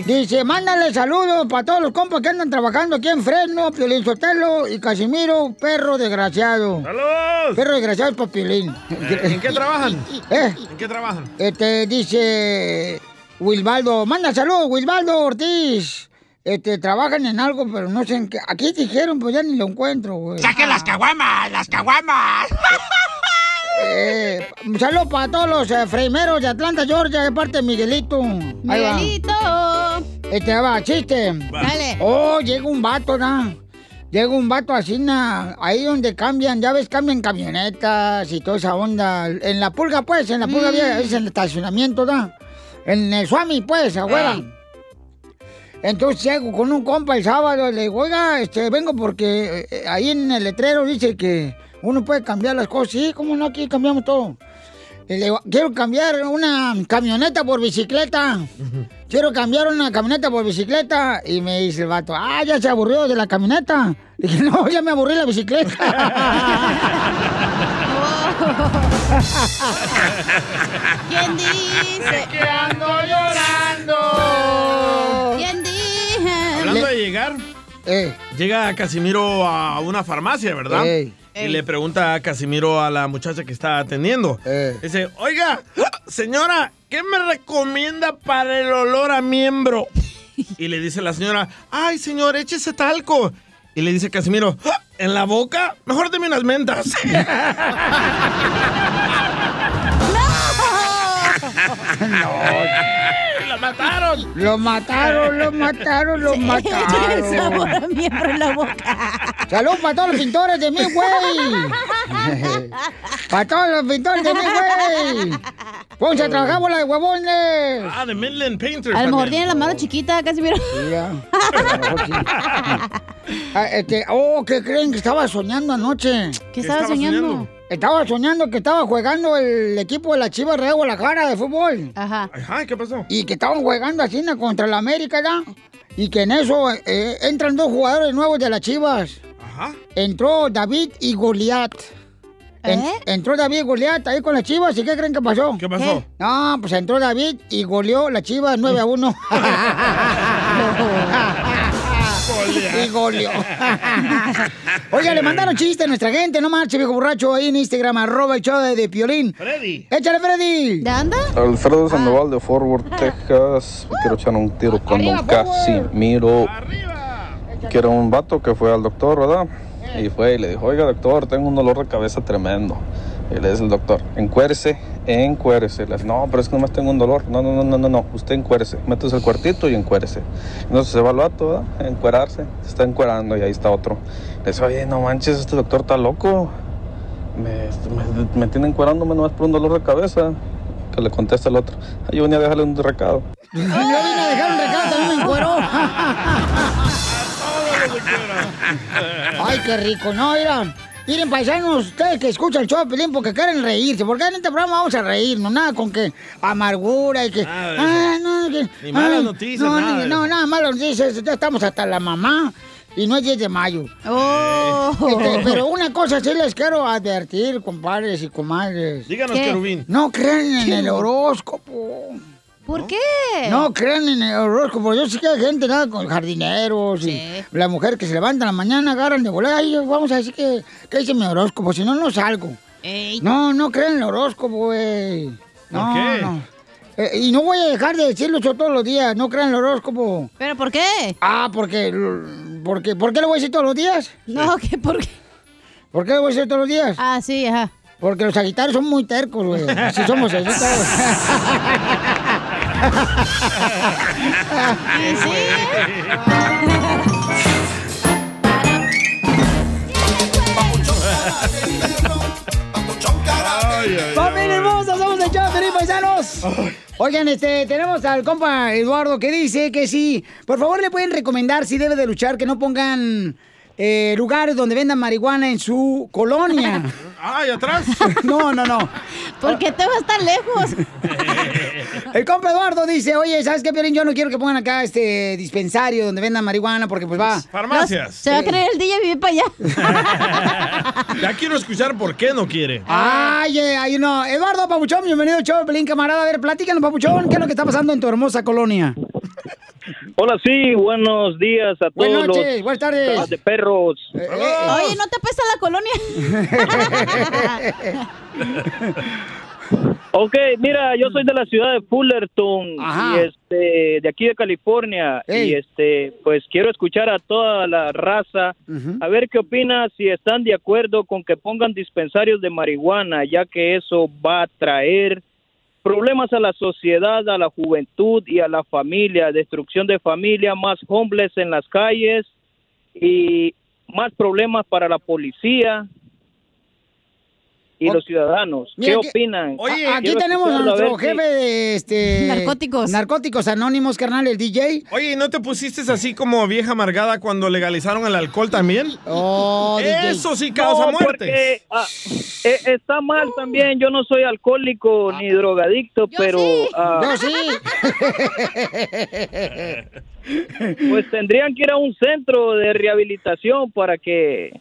Speaker 1: Dice, mándale saludos para todos los compas que andan trabajando aquí en Fresno, Piolín Sotelo y Casimiro, perro desgraciado. ¡Saludos! Perro desgraciado es para Piolín.
Speaker 3: Eh, ¿En qué trabajan?
Speaker 1: ¿Eh?
Speaker 3: ¿En qué trabajan?
Speaker 1: Este, dice Wilbaldo, manda saludos, Wilbaldo Ortiz. Este, trabajan en algo, pero no sé en qué. Aquí dijeron, pues ya ni lo encuentro, güey.
Speaker 16: ¡Saquen las caguamas! ¡Las caguamas!
Speaker 1: Eh, un saludo para todos los eh, freimeros de Atlanta, Georgia, de parte de Miguelito. Ahí va. Este ahí va, chiste.
Speaker 2: Dale.
Speaker 1: Oh, llega un vato, ¿no? Llega un vato así, na, ahí donde cambian, ya ves, cambian camionetas y toda esa onda. En la pulga, pues, en la pulga
Speaker 2: Mm.
Speaker 1: había- es en el estacionamiento, ¿no? En el Suami, pues, afuera.
Speaker 2: Ey.
Speaker 1: Entonces llego con un compa el sábado y le digo, oiga, este, vengo porque eh, eh, ahí en el letrero dice que uno puede cambiar las cosas. Sí, ¿cómo no? Aquí cambiamos todo. Y le digo, quiero cambiar una camioneta por bicicleta. Quiero cambiar una camioneta por bicicleta. Y me dice el vato, ah, ya se aburrió de la camioneta. Le dije, no, ya me aburrí de la bicicleta.
Speaker 2: ¿Quién dice
Speaker 1: que ando llorando?
Speaker 2: ¿Quién dice?
Speaker 3: Hablando de llegar, llega Casimiro a una farmacia, ¿verdad?
Speaker 1: Eh. Ey.
Speaker 3: Y le pregunta a Casimiro a la muchacha que está atendiendo. Dice, oiga, señora, ¿qué me recomienda para el olor a miembro? Y le dice la señora, ay, señor, échese talco. Y le dice Casimiro, "Ah, ¿en la boca? Mejor deme unas mentas.
Speaker 16: ¡Lo mataron!
Speaker 1: Lo mataron, lo mataron, lo mataron.
Speaker 16: el sabor
Speaker 1: a miembro en la boca. Salud para todos los pintores de mi güey. para todos los pintores de mi güey. Ponce, trabajar bola de huevones.
Speaker 3: ah, de Midland Painters.
Speaker 2: A lo mejor
Speaker 3: también.
Speaker 2: tiene la mano chiquita, casi mira.
Speaker 1: Mira. Ah, este, oh, ¿qué creen que estaba soñando anoche?
Speaker 2: ¿Qué estaba estaba soñando? soñando?
Speaker 1: Estaba soñando que estaba jugando el equipo de la Chivas Real Guadalajara de fútbol.
Speaker 2: Ajá.
Speaker 3: Ajá, ¿qué pasó?
Speaker 1: Y que estaban jugando así ¿no? contra la América, ¿ya? Y que en eso eh, entran dos jugadores nuevos de las Chivas.
Speaker 3: Ajá.
Speaker 1: Entró David y Goliat.
Speaker 2: ¿Eh?
Speaker 1: En- Entró David y Goliat ahí con las Chivas. ¿Y qué creen que pasó? ¿Qué
Speaker 3: pasó?
Speaker 1: No, pues entró David y goleó la Chivas 9 a 1. Y goleó. Oiga, le mandaron chistes a nuestra gente, no marche, viejo borracho, ahí en Instagram, arroba el show de, de Piolín. Freddy. Échale, Freddy. ¿De anda?
Speaker 18: Alfredo Sandoval de Forward, Texas. Quiero echar un tiro con don Casimiro. Que era un vato que fue al doctor, ¿verdad? Y fue y le dijo, oiga doctor, tengo un dolor de cabeza tremendo. Y le dice el doctor, encuérese, encuérese. Le dice, no, pero es que nomás tengo un dolor. No, no, no, no, no, no. Usted encuérese. Métese el cuartito y encuérese. Entonces se va al vato, ¿verdad? A Encuerarse. Se está encuerando y ahí está otro. Le dice, oye, no manches, este doctor está loco. Me, me, me tiene encuerándome nomás por un dolor de cabeza. Que le contesta el otro. "Ah, Yo venía a dejarle un recado.
Speaker 1: Yo vine a dejar un recado, también me encueró. Ay, qué rico, no, miran. Miren, paisanos, ustedes que escuchan el show de Pelín porque quieren reírse, porque en este programa vamos a reírnos, nada con que amargura y que...
Speaker 16: Nada de eso.
Speaker 1: ah, no, que-
Speaker 16: Ni malas
Speaker 1: ay,
Speaker 16: noticias,
Speaker 1: no,
Speaker 16: nada
Speaker 1: ni-
Speaker 16: de
Speaker 1: no,
Speaker 16: eso.
Speaker 1: nada malas noticias, ya estamos hasta la mamá y no es 10 de mayo.
Speaker 2: Oh.
Speaker 1: Este, pero una cosa sí les quiero advertir, compadres y comadres.
Speaker 3: Díganos, ¿Qué? querubín.
Speaker 1: No crean en el horóscopo.
Speaker 2: ¿Por qué?
Speaker 1: No crean en el horóscopo. Yo sé que hay gente, nada, con jardineros y la mujer que se levanta en la mañana, agarran de volada. Ay, vamos a decir que, que hice mi horóscopo, si no, no salgo. No, no crean en el horóscopo, güey. No,
Speaker 16: ¿Por qué?
Speaker 1: no. Eh, y no voy a dejar de decirlo yo todos los días, no crean en el horóscopo. ¿Pero por qué? Ah, porque, porque, ¿por qué lo voy a decir todos los días? No, que por qué. ¿Por qué lo voy a decir todos los días? Ah, sí, ajá. Porque los sagitarios son muy tercos, güey. Así somos así ¡Familia hermosa! ¡Somos el show de Piolín, paisanos! Oigan, este, tenemos al compa Eduardo que dice que sí. Por favor, le pueden recomendar si debe de luchar que no pongan eh, lugares donde vendan marihuana en su colonia.
Speaker 3: ¡Ay, atrás!
Speaker 1: No, no, no. ¿Por qué te vas tan lejos? El compa Eduardo dice, oye, ¿sabes qué, Piolín? Yo no quiero que pongan acá este dispensario donde vendan marihuana porque pues va...
Speaker 3: Farmacias.
Speaker 2: Se va a creer el DJ vivir para allá.
Speaker 3: Ya quiero escuchar por qué no quiere.
Speaker 1: Ay, eh, ay, no. Eduardo Papuchón, bienvenido al show de Pelín, camarada. A ver, platícanos, Papuchón, ¿qué es lo que está pasando en tu hermosa colonia?
Speaker 19: Hola, sí, buenos días a todos.
Speaker 1: Buenas noches,
Speaker 19: los
Speaker 1: buenas tardes. Eh,
Speaker 19: papás de perros.
Speaker 2: Oye, ¿no te apesta la colonia?
Speaker 1: eh.
Speaker 19: Ok, mira, yo soy de la ciudad de Fullerton y este, de aquí de California
Speaker 20: Ey.
Speaker 19: y este, pues quiero escuchar a toda la raza a ver qué opina si están de acuerdo con que pongan dispensarios de marihuana, ya que eso va a traer problemas a la sociedad, a la juventud y a la familia, destrucción de familia, más homeless en las calles y más problemas para la policía y los ciudadanos.
Speaker 1: Mira,
Speaker 19: ¿Qué
Speaker 1: aquí-
Speaker 19: opinan?
Speaker 1: Oye,
Speaker 19: Quiero
Speaker 1: aquí tenemos a
Speaker 19: escucharlo,
Speaker 1: nuestro
Speaker 19: ver si-
Speaker 1: jefe de este... Narcóticos. Narcóticos Anónimos, carnal, el DJ.
Speaker 3: Oye, ¿y no te pusiste así como vieja amargada cuando legalizaron el alcohol también?
Speaker 1: Oh,
Speaker 3: Eso sí causa
Speaker 19: No,
Speaker 3: muerte.
Speaker 19: porque, ah, eh, está mal también. Yo no soy alcohólico ni drogadicto, pero ah, pues tendrían que ir a un centro de rehabilitación para que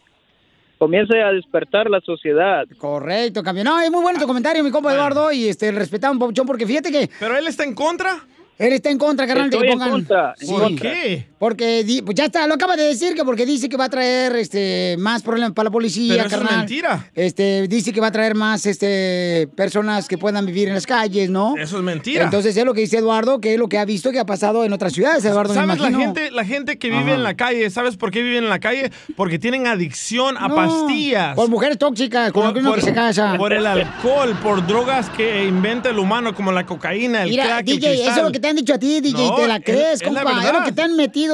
Speaker 19: comience a despertar la sociedad.
Speaker 1: Correcto, campeón. No, es muy bueno tu comentario, mi compa Eduardo, y este, el respetado Papuchón, porque fíjate que...
Speaker 3: ¿Pero él está en contra?
Speaker 1: Él está en contra, carnal, de que
Speaker 3: Estoy en
Speaker 1: pongan...
Speaker 3: contra, en
Speaker 1: Sí.
Speaker 3: contra. ¿Por qué?
Speaker 1: Porque, di- pues ya está, lo acaba de decir, que porque dice que va a traer este más problemas para la policía,
Speaker 3: Pero eso es
Speaker 1: carnal.
Speaker 3: mentira.
Speaker 1: Este, dice que va a traer más este personas que puedan vivir en las calles, ¿no?
Speaker 3: Eso es mentira.
Speaker 1: Entonces es lo que dice Eduardo, que es lo que ha visto que ha pasado en otras ciudades, Eduardo, me
Speaker 3: ¿Sabes la
Speaker 1: imagino.
Speaker 3: gente, la gente que vive
Speaker 1: Ajá.
Speaker 3: en la calle? ¿Sabes por qué viven en la calle? Porque tienen adicción a
Speaker 1: No,
Speaker 3: pastillas.
Speaker 1: Por mujeres tóxicas, con alguno que se casa.
Speaker 3: por el alcohol, por drogas que inventa el humano, como la cocaína, el
Speaker 1: Mira,
Speaker 3: crack, el
Speaker 1: DJ, eso es lo
Speaker 3: cristal.
Speaker 1: que te han dicho a ti, DJ,
Speaker 3: No,
Speaker 1: te la
Speaker 3: es-
Speaker 1: crees,
Speaker 3: es la
Speaker 1: compa, es lo
Speaker 3: verdad.
Speaker 1: que te han metido.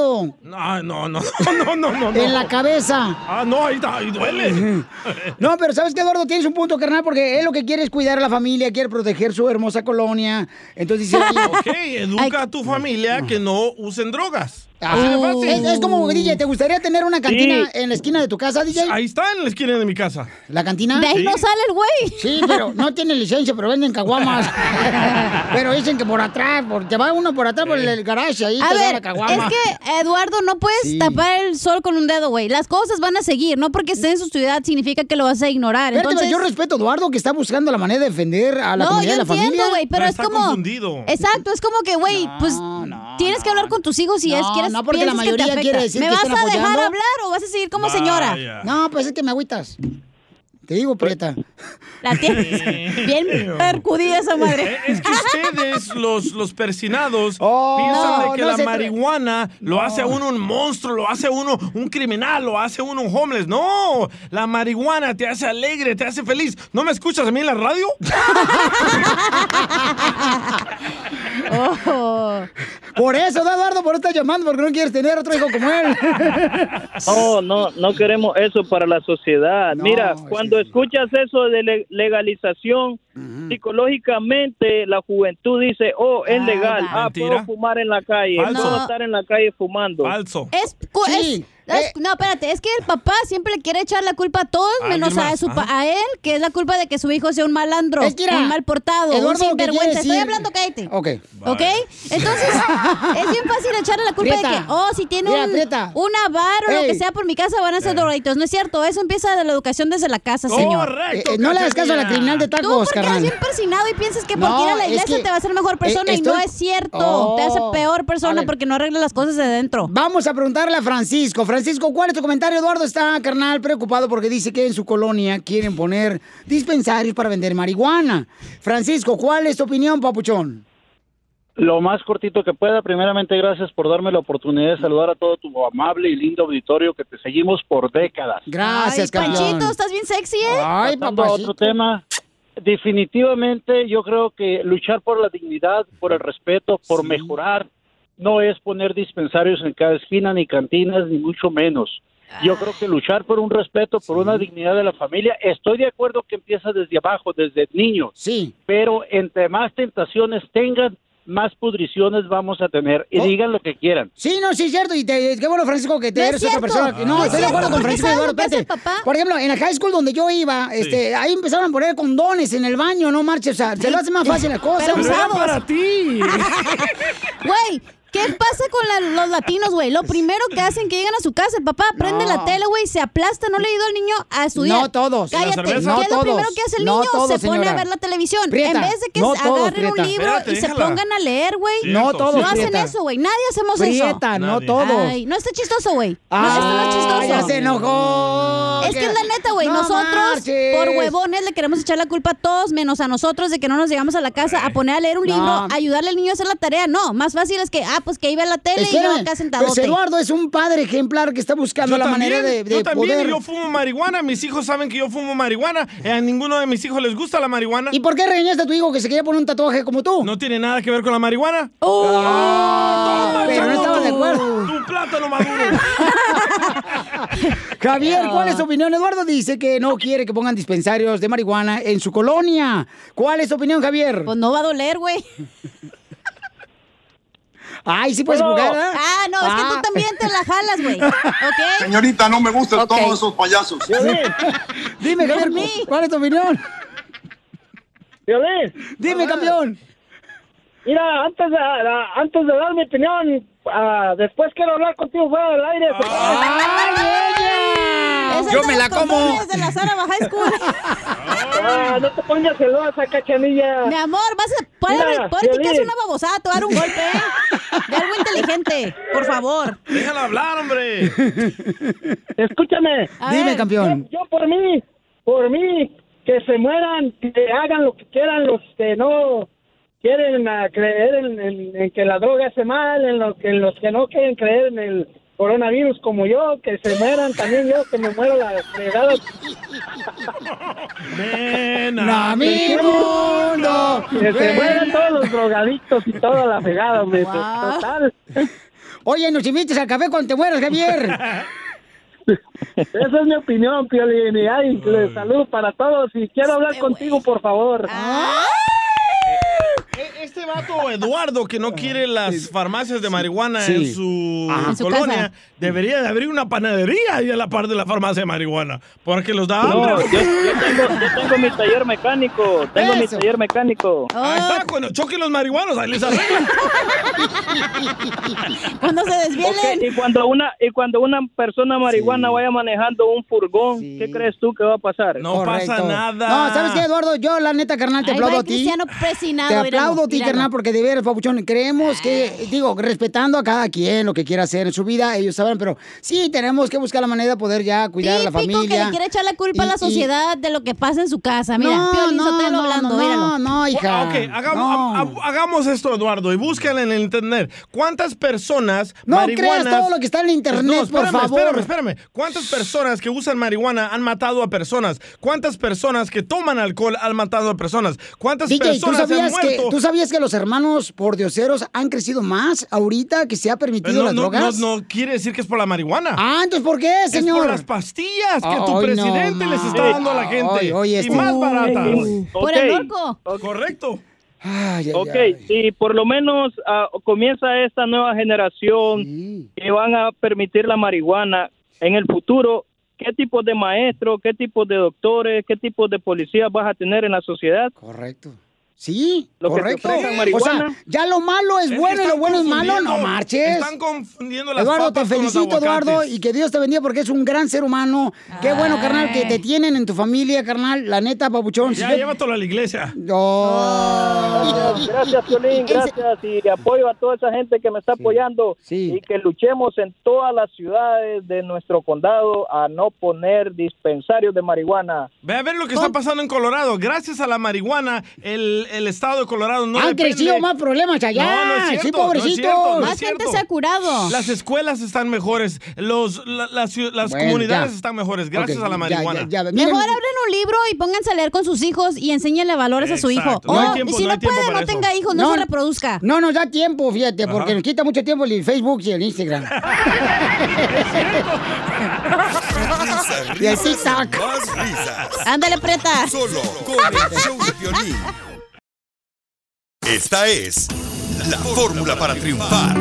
Speaker 3: Ah, no, no, no, no, no, no.
Speaker 1: En la cabeza.
Speaker 3: Ah, no, ahí, está, ahí duele.
Speaker 1: No, pero sabes que Eduardo tienes un punto, carnal, porque él lo que quiere es cuidar a la familia, quiere proteger su hermosa colonia. Entonces dice, oye,
Speaker 3: ok, educa a tu familia que no usen drogas. Así de
Speaker 1: ah,
Speaker 3: fácil.
Speaker 1: es, es como, DJ, ¿te gustaría tener una cantina
Speaker 3: Sí.
Speaker 1: en la esquina de tu casa, DJ?
Speaker 3: Ahí está en la esquina de mi casa.
Speaker 1: ¿La cantina?
Speaker 3: De ahí Sí. no
Speaker 1: sale el güey. Sí, pero no tiene licencia, pero venden caguamas. pero dicen que por atrás, por, te va uno por atrás por el garage, ahí
Speaker 2: A
Speaker 1: te dan
Speaker 2: ver,
Speaker 1: la caguama.
Speaker 2: es que, Eduardo, no puedes tapar el sol con un dedo, güey. Las cosas van a seguir. No porque esté en su ciudad significa que lo vas a ignorar.
Speaker 1: Espérate,
Speaker 2: Entonces...
Speaker 1: yo respeto a Eduardo que está buscando la manera de defender a la
Speaker 2: no,
Speaker 1: comunidad
Speaker 2: yo
Speaker 1: y la
Speaker 2: entiendo,
Speaker 1: familia.
Speaker 2: güey, pero, es como... Exacto, es como que, güey, pues Tienes que hablar con tus hijos si es
Speaker 1: No,
Speaker 2: quieres
Speaker 1: no, porque la
Speaker 2: piensas que te
Speaker 1: mayoría
Speaker 2: afecta.
Speaker 1: quiere decir
Speaker 2: ¿Me
Speaker 1: que
Speaker 2: vas
Speaker 1: están
Speaker 2: a dejar
Speaker 1: apoyando?
Speaker 2: hablar o vas a seguir como señora?
Speaker 1: Vaya. No, pues es que me agüitas. Te digo, Prieta.
Speaker 2: La tienes bien percudida esa madre.
Speaker 3: Eh, Es que ustedes, los, los persinados,
Speaker 1: Oh,
Speaker 3: piensan
Speaker 2: no,
Speaker 3: de que
Speaker 2: no
Speaker 3: la
Speaker 2: se tra-
Speaker 3: marihuana lo hace a uno un monstruo, lo hace a uno un criminal, lo hace a uno un homeless. No, la marihuana te hace alegre, te hace feliz. ¿No me escuchas a mí en la radio?
Speaker 2: Oh.
Speaker 1: Por eso, ¿no, Eduardo, por eso estás llamando, porque no quieres tener otro hijo como él.
Speaker 19: No, no, no queremos eso para la sociedad. Mira, cuando escuchas eso de le- legalización, psicológicamente la juventud dice, oh, es legal, ah,
Speaker 2: mentira.
Speaker 19: puedo fumar en la calle,
Speaker 2: Falso.
Speaker 19: puedo
Speaker 2: No.
Speaker 19: estar en la calle fumando.
Speaker 3: Falso.
Speaker 2: Es, cu- es-
Speaker 1: eh.
Speaker 2: es- no, espérate, es que el papá siempre le quiere echar la culpa a todos,
Speaker 1: Ah,
Speaker 19: A alguien
Speaker 2: menos a,
Speaker 19: más,
Speaker 2: su pa-
Speaker 19: ajá.
Speaker 2: a él, que es la culpa de que su hijo sea un malandro,
Speaker 1: Es que era-
Speaker 2: un mal portado,
Speaker 1: Eduardo,
Speaker 2: un
Speaker 1: lo que quiere
Speaker 2: sinvergüenza. Estoy
Speaker 1: decir-
Speaker 2: hablando, cállate.
Speaker 1: Ok.
Speaker 2: ¿Ok? Entonces, es bien fácil echarle la culpa de
Speaker 1: Prieta.
Speaker 2: que, oh, si tiene
Speaker 1: Mira,
Speaker 2: un,
Speaker 1: Prieta.
Speaker 2: una bar o lo
Speaker 1: Ey.
Speaker 2: que sea por mi casa van a ser drogadictos. No es cierto, eso empieza de la educación desde la casa, señor.
Speaker 1: Eh, eh, no le hagas caso a la criminal de
Speaker 2: Tú
Speaker 1: tacos,
Speaker 2: porque eres
Speaker 1: carnal.
Speaker 2: bien persinado y piensas que
Speaker 1: No,
Speaker 2: porque ir a la
Speaker 1: es
Speaker 2: iglesia
Speaker 1: que-
Speaker 2: te va a ser mejor persona
Speaker 1: eh,
Speaker 2: y no
Speaker 1: estoy-
Speaker 2: es cierto.
Speaker 1: Oh.
Speaker 2: Te hace peor
Speaker 1: A
Speaker 2: persona
Speaker 1: ver.
Speaker 2: porque no arreglas las cosas de dentro.
Speaker 1: Vamos a preguntarle a Francisco. Francisco, ¿cuál es tu comentario? Eduardo está, carnal, preocupado porque dice que en su colonia quieren poner dispensarios para vender marihuana. Francisco, ¿cuál es tu opinión, papuchón?
Speaker 20: Lo más cortito que pueda. Primeramente, gracias por darme la oportunidad de saludar a todo tu amable y lindo auditorio que te seguimos por décadas.
Speaker 1: Gracias,
Speaker 2: Ay, Panchito, estás bien sexy, ¿eh?
Speaker 20: Pasando a otro tema. Definitivamente, yo creo que luchar por la dignidad, por el respeto, por mejorar, no es poner dispensarios en cada esquina, ni cantinas, ni mucho menos. Yo creo que luchar por un respeto, por una dignidad de la familia, estoy de acuerdo que empieza desde abajo, desde niños.
Speaker 1: Sí.
Speaker 20: Pero entre más tentaciones tengan, más pudriciones vamos a tener. Y digan lo que quieran.
Speaker 1: Sí, no, sí, es cierto. Y te- qué bueno, Francisco, que te
Speaker 20: No es
Speaker 1: eres otra
Speaker 20: cierto.
Speaker 1: persona. que- No,
Speaker 20: No es
Speaker 1: estoy de
Speaker 20: cierto,
Speaker 1: acuerdo con
Speaker 20: porque
Speaker 1: Francisco
Speaker 20: ¿sabes
Speaker 1: Eduardo.
Speaker 20: lo que hace
Speaker 1: Espérate. Por ejemplo, en la high school donde yo iba,
Speaker 20: Sí.
Speaker 1: este, ahí empezaron a poner condones en el baño, no marches. O sea, se lo hace más fácil la cosa.
Speaker 2: Pero era para
Speaker 3: ti.
Speaker 2: Güey, ¿qué pasa con la- los latinos, güey? Lo primero que hacen que llegan a su casa, el papá prende la tele, güey, se aplasta, no le ha ido al niño a estudiar.
Speaker 1: No todos. ¿Y la
Speaker 2: Cállate. ¿Qué
Speaker 1: cerveza? No
Speaker 2: es lo
Speaker 1: todos.
Speaker 2: primero que hace el
Speaker 1: No
Speaker 2: niño?
Speaker 1: todos,
Speaker 2: se pone
Speaker 1: señora.
Speaker 2: a ver la televisión.
Speaker 1: Prieta,
Speaker 2: en vez de que
Speaker 1: no
Speaker 2: se
Speaker 1: todos,
Speaker 2: agarren un
Speaker 1: Prieta.
Speaker 2: libro
Speaker 1: Espérate,
Speaker 2: y se
Speaker 1: déjala.
Speaker 2: pongan a leer, güey.
Speaker 1: No todos,
Speaker 2: No hacen
Speaker 1: Prieta.
Speaker 2: eso, güey. Nadie hacemos
Speaker 1: Prieta,
Speaker 2: eso.
Speaker 1: no Nadie. todos.
Speaker 2: Ay, no está chistoso, güey. No, esto no es
Speaker 1: Ah,
Speaker 2: chistoso.
Speaker 1: ya se enojó.
Speaker 2: Es que es la neta, güey.
Speaker 1: No
Speaker 2: nosotros,
Speaker 1: marches.
Speaker 2: por huevones, le queremos echar la culpa a todos, menos a nosotros, de que no nos llegamos a la casa a poner a leer un
Speaker 1: No.
Speaker 2: libro, a ayudarle al niño a hacer la tarea. No, más fácil es que, ah, pues que iba a la tele y yo
Speaker 1: Espérame,
Speaker 2: acá
Speaker 1: pues
Speaker 2: sentadote.
Speaker 1: Eduardo es un padre ejemplar que está buscando
Speaker 3: Yo
Speaker 1: la
Speaker 3: también,
Speaker 1: manera de, de
Speaker 3: yo también,
Speaker 1: poder.
Speaker 3: yo fumo marihuana, mis hijos saben que yo fumo marihuana, eh, a ninguno de mis hijos les gusta la marihuana.
Speaker 1: ¿Y por qué regañaste a tu hijo que se quería poner un tatuaje como tú?
Speaker 3: No tiene nada que ver con la marihuana.
Speaker 2: ¡Oh!
Speaker 1: Ah, pero no estaba de acuerdo.
Speaker 3: Tu plátano maduro.
Speaker 1: Javier, ¿cuál
Speaker 3: Ah.
Speaker 1: es tu opinión? Eduardo dice que no quiere que pongan dispensarios de marihuana en su colonia. ¿Cuál es tu opinión, Javier? Pues
Speaker 2: no va a doler, güey.
Speaker 1: Ay, sí puedes
Speaker 2: No.
Speaker 1: jugar, ¿eh?
Speaker 2: Ah, no, es que tú también te la jalas, güey. ¿Ok?
Speaker 21: Señorita, no me gustan todos esos payasos.
Speaker 1: Dime, Javier, ¿cuál es tu opinión?
Speaker 22: Violín.
Speaker 1: Dime, campeón.
Speaker 22: Mira, antes de, a- antes de dar mi opinión, ah, después quiero hablar contigo fuera del aire.
Speaker 2: Esa es de las costumbres de la Sara High School.
Speaker 22: Ah, no te pongas celosa, cachanilla.
Speaker 2: Mi amor, vas a. Ponle,
Speaker 22: Mira,
Speaker 2: ponle que
Speaker 22: Piolín.
Speaker 2: es una babosada, te va a dar un golpe, ¿eh? De algo inteligente, por favor.
Speaker 3: Déjala hablar, hombre.
Speaker 22: Escúchame.
Speaker 2: A Dime, ver. campeón.
Speaker 22: Yo, yo por mí, por mí, que se mueran, que hagan lo que quieran los que no quieren ah, creer en, en- en que la droga hace mal, en lo que los que no quieren creer en el coronavirus como yo, que se mueran también yo, que me muero la fregada.
Speaker 3: Ven
Speaker 1: a mi mundo.
Speaker 22: Que se
Speaker 1: Ven.
Speaker 22: mueran todos los drogadictos y toda la fregada, hombre. Total.
Speaker 1: Oye, nos invites al café cuando te mueras, Javier.
Speaker 22: Esa es mi opinión, Piolín. Y ay, les saludo para todos. Y quiero hablar contigo, por favor.
Speaker 1: Ah.
Speaker 3: E- Este vato Eduardo que
Speaker 1: Ah,
Speaker 3: no quiere las farmacias de marihuana
Speaker 22: Sí.
Speaker 3: en su
Speaker 22: Ajá. En su
Speaker 3: colonia,
Speaker 22: casa.
Speaker 3: debería de abrir una panadería ahí a la par de la farmacia de marihuana, porque los da hambre.
Speaker 19: No, yo, yo tengo, yo tengo mi taller mecánico, tengo mi
Speaker 3: Eso.
Speaker 19: taller mecánico.
Speaker 3: Ahí está, cuando choquen los marihuanos, ahí les arreglan.
Speaker 2: Cuando se desvielen.
Speaker 19: y cuando una y cuando una persona marihuana vaya manejando un furgón, ¿qué crees tú que va a pasar?
Speaker 3: No
Speaker 1: Correcto. No, ¿sabes qué, Eduardo? Yo, la neta, carnal, te
Speaker 2: Ahí
Speaker 1: aplaudo
Speaker 2: va
Speaker 1: a ti.
Speaker 2: Cristiano
Speaker 1: Te
Speaker 2: presinado, míralo,
Speaker 1: aplaudo a ti,
Speaker 2: míralo.
Speaker 1: carnal, porque de veras, papuchón, creemos que, digo, respetando a cada quien lo que quiera hacer en su vida, ellos saben, pero sí tenemos que buscar la manera de poder ya cuidar a la
Speaker 2: Típico que
Speaker 1: familia.
Speaker 2: le quiere echar la culpa a
Speaker 1: Y-
Speaker 2: la
Speaker 1: y-
Speaker 2: sociedad de lo que pasa en su casa. Mira,
Speaker 1: No,
Speaker 2: Piolín
Speaker 1: no,
Speaker 2: Sotelo
Speaker 1: no,
Speaker 2: hablando,
Speaker 1: no,
Speaker 2: míralo.
Speaker 1: no, hija.
Speaker 3: Ok, hagamos, ha- ha- hagamos esto, Eduardo, y búscala en el internet. ¿Cuántas personas
Speaker 1: No
Speaker 3: marihuanas-
Speaker 1: creas todo lo que está en internet,
Speaker 3: No,
Speaker 1: por
Speaker 3: espérame,
Speaker 1: favor.
Speaker 3: Espérame, espérame. ¿Cuántas personas que usan marihuana han matado a personas? ¿Cuántas personas que toman alcohol han matado a personas? ¿Cuántas
Speaker 1: DJ, ¿tú
Speaker 3: personas han
Speaker 1: sabías, que,
Speaker 3: muerto?
Speaker 1: ¿tú sabías que los hermanos pordioseros han crecido más ahorita que se ha
Speaker 3: Pero
Speaker 1: permitido
Speaker 3: Eh, no,
Speaker 1: las
Speaker 3: no,
Speaker 1: drogas?
Speaker 3: no- no quiere decir que es por la marihuana.
Speaker 1: Ah, entonces, ¿por qué,
Speaker 3: Es
Speaker 1: señor?
Speaker 3: por las pastillas que tu
Speaker 1: Ay, no,
Speaker 3: presidente les está
Speaker 1: ma.
Speaker 3: dando a la gente.
Speaker 1: Ay, oye,
Speaker 3: y
Speaker 1: este-
Speaker 3: más baratas.
Speaker 19: Por el Ok.
Speaker 3: Correcto.
Speaker 19: ok, y por lo menos ah, comienza esta nueva generación que van a permitir la marihuana en el futuro. ¿Qué tipo de maestros, qué tipo de doctores, qué tipo de policías vas a tener en la sociedad?
Speaker 1: Correcto. Sí,
Speaker 19: Lo
Speaker 1: Correcto.
Speaker 19: Que te ofrezcan
Speaker 1: O
Speaker 19: marihuana.
Speaker 1: sea, ya lo malo es,
Speaker 3: Es que
Speaker 1: bueno y lo
Speaker 3: están
Speaker 1: bueno es malo, no
Speaker 3: confundiendo-
Speaker 1: marches.
Speaker 3: Están confundiendo las
Speaker 1: Eduardo, te
Speaker 3: papas con los
Speaker 1: felicito, Eduardo,
Speaker 3: aguacates.
Speaker 1: y que Dios te bendiga porque es un gran ser humano. Qué bueno, carnal, que te tienen en tu familia, carnal. La neta, papuchón. si
Speaker 3: Ya,
Speaker 1: yo-
Speaker 3: llévatelo a la iglesia.
Speaker 19: Gracias, Piolín, gracias y apoyo a toda esa gente que me está apoyando y que luchemos en todas las ciudades de nuestro condado a no poner dispensarios de marihuana.
Speaker 3: Ve a ver lo que
Speaker 1: Oh.
Speaker 3: está pasando en Colorado. Gracias a la marihuana, el, el estado de Colorado no
Speaker 1: Han
Speaker 3: depende-
Speaker 1: crecido más problemas allá.
Speaker 3: No, no es cierto,
Speaker 1: sí,
Speaker 3: no es
Speaker 1: pobrecitos.
Speaker 3: cierto, no es cierto.
Speaker 1: curado.
Speaker 3: Las escuelas están mejores, los, la- las ciu- las
Speaker 1: Bueno,
Speaker 3: comunidades
Speaker 1: ya.
Speaker 3: están mejores gracias
Speaker 1: Ok,
Speaker 3: a la
Speaker 1: ya,
Speaker 3: marihuana.
Speaker 1: ya, ya,
Speaker 2: Mejor abren un libro y pónganse a leer con sus hijos y enséñenle valores a su hijo.
Speaker 1: No hay
Speaker 2: O,
Speaker 1: tiempo,
Speaker 2: y si
Speaker 1: no
Speaker 2: no,
Speaker 1: hay tiempo
Speaker 2: puede,
Speaker 1: para
Speaker 2: no
Speaker 1: eso.
Speaker 2: tenga hijos, no,
Speaker 1: No,
Speaker 2: se reproduzca.
Speaker 1: No, nos da tiempo, fíjate,
Speaker 2: Ajá.
Speaker 1: porque nos quita mucho tiempo el Facebook y el Instagram.
Speaker 6: Risas,
Speaker 1: Y el
Speaker 6: risas,
Speaker 1: TikTok.
Speaker 6: más risas.
Speaker 2: Ándale, preta.
Speaker 6: Solo con el show de Piolín. Esta es la fórmula para triunfar.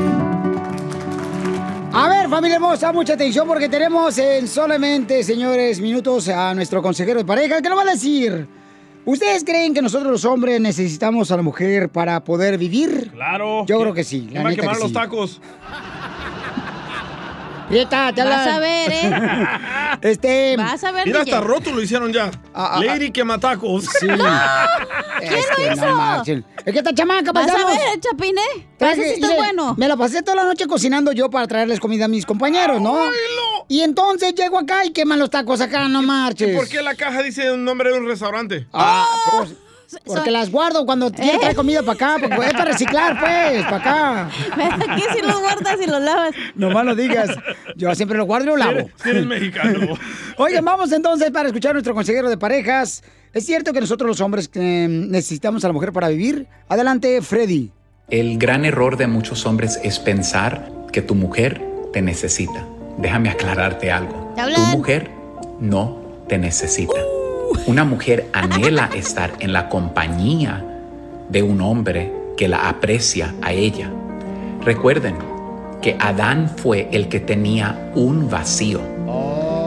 Speaker 1: A ver, familia hermosa, mucha atención porque tenemos en solamente, señores, minutos a nuestro consejero de pareja que lo va a decir. ¿Ustedes creen que nosotros los hombres necesitamos a la mujer para poder vivir?
Speaker 3: Claro.
Speaker 1: Yo creo que sí.
Speaker 3: ¿Quién
Speaker 1: La
Speaker 3: va a
Speaker 1: neta
Speaker 3: quemar
Speaker 1: que
Speaker 3: los
Speaker 1: sí.
Speaker 3: tacos?
Speaker 1: Prieta, te
Speaker 3: Vas
Speaker 1: hablan.
Speaker 3: a ver, ¿eh?
Speaker 1: este.
Speaker 3: Mira, hasta roto lo hicieron ya.
Speaker 1: Ah, ah,
Speaker 3: Lady quema tacos.
Speaker 1: Sí. Es que no marchen. es que esta chamaca,
Speaker 2: Vas a
Speaker 1: paisanos.
Speaker 2: ver, Chapine. Vas a
Speaker 1: Traje-
Speaker 2: ver si está
Speaker 1: mire,
Speaker 2: bueno.
Speaker 1: Me la pasé toda la noche cocinando yo para traerles comida a mis compañeros, ¿no? Y entonces llego acá y queman los tacos acá, no marches.
Speaker 3: ¿Por qué la caja dice un nombre de un restaurante?
Speaker 1: Ah,
Speaker 3: Oh,
Speaker 1: Porque las guardo
Speaker 2: ¿Eh?
Speaker 1: cuando quiero traer comida para acá, porque es para reciclar, pues, para acá.
Speaker 2: ¿Qué si los guardas y los lavas?
Speaker 1: Nomás no digas. Yo siempre los guardo y los lavo.
Speaker 3: Si eres mexicano.
Speaker 1: Oigan, vamos entonces para escuchar a nuestro consejero de parejas. ¿Es cierto que nosotros los hombres eh, necesitamos a la mujer para vivir? Adelante, Freddy.
Speaker 23: El gran error de muchos hombres es pensar que tu mujer te necesita. Déjame aclararte algo. Tu mujer no te necesita. Una mujer anhela estar en la compañía de un hombre que la aprecia a ella. Recuerden que Adán fue el que tenía un vacío.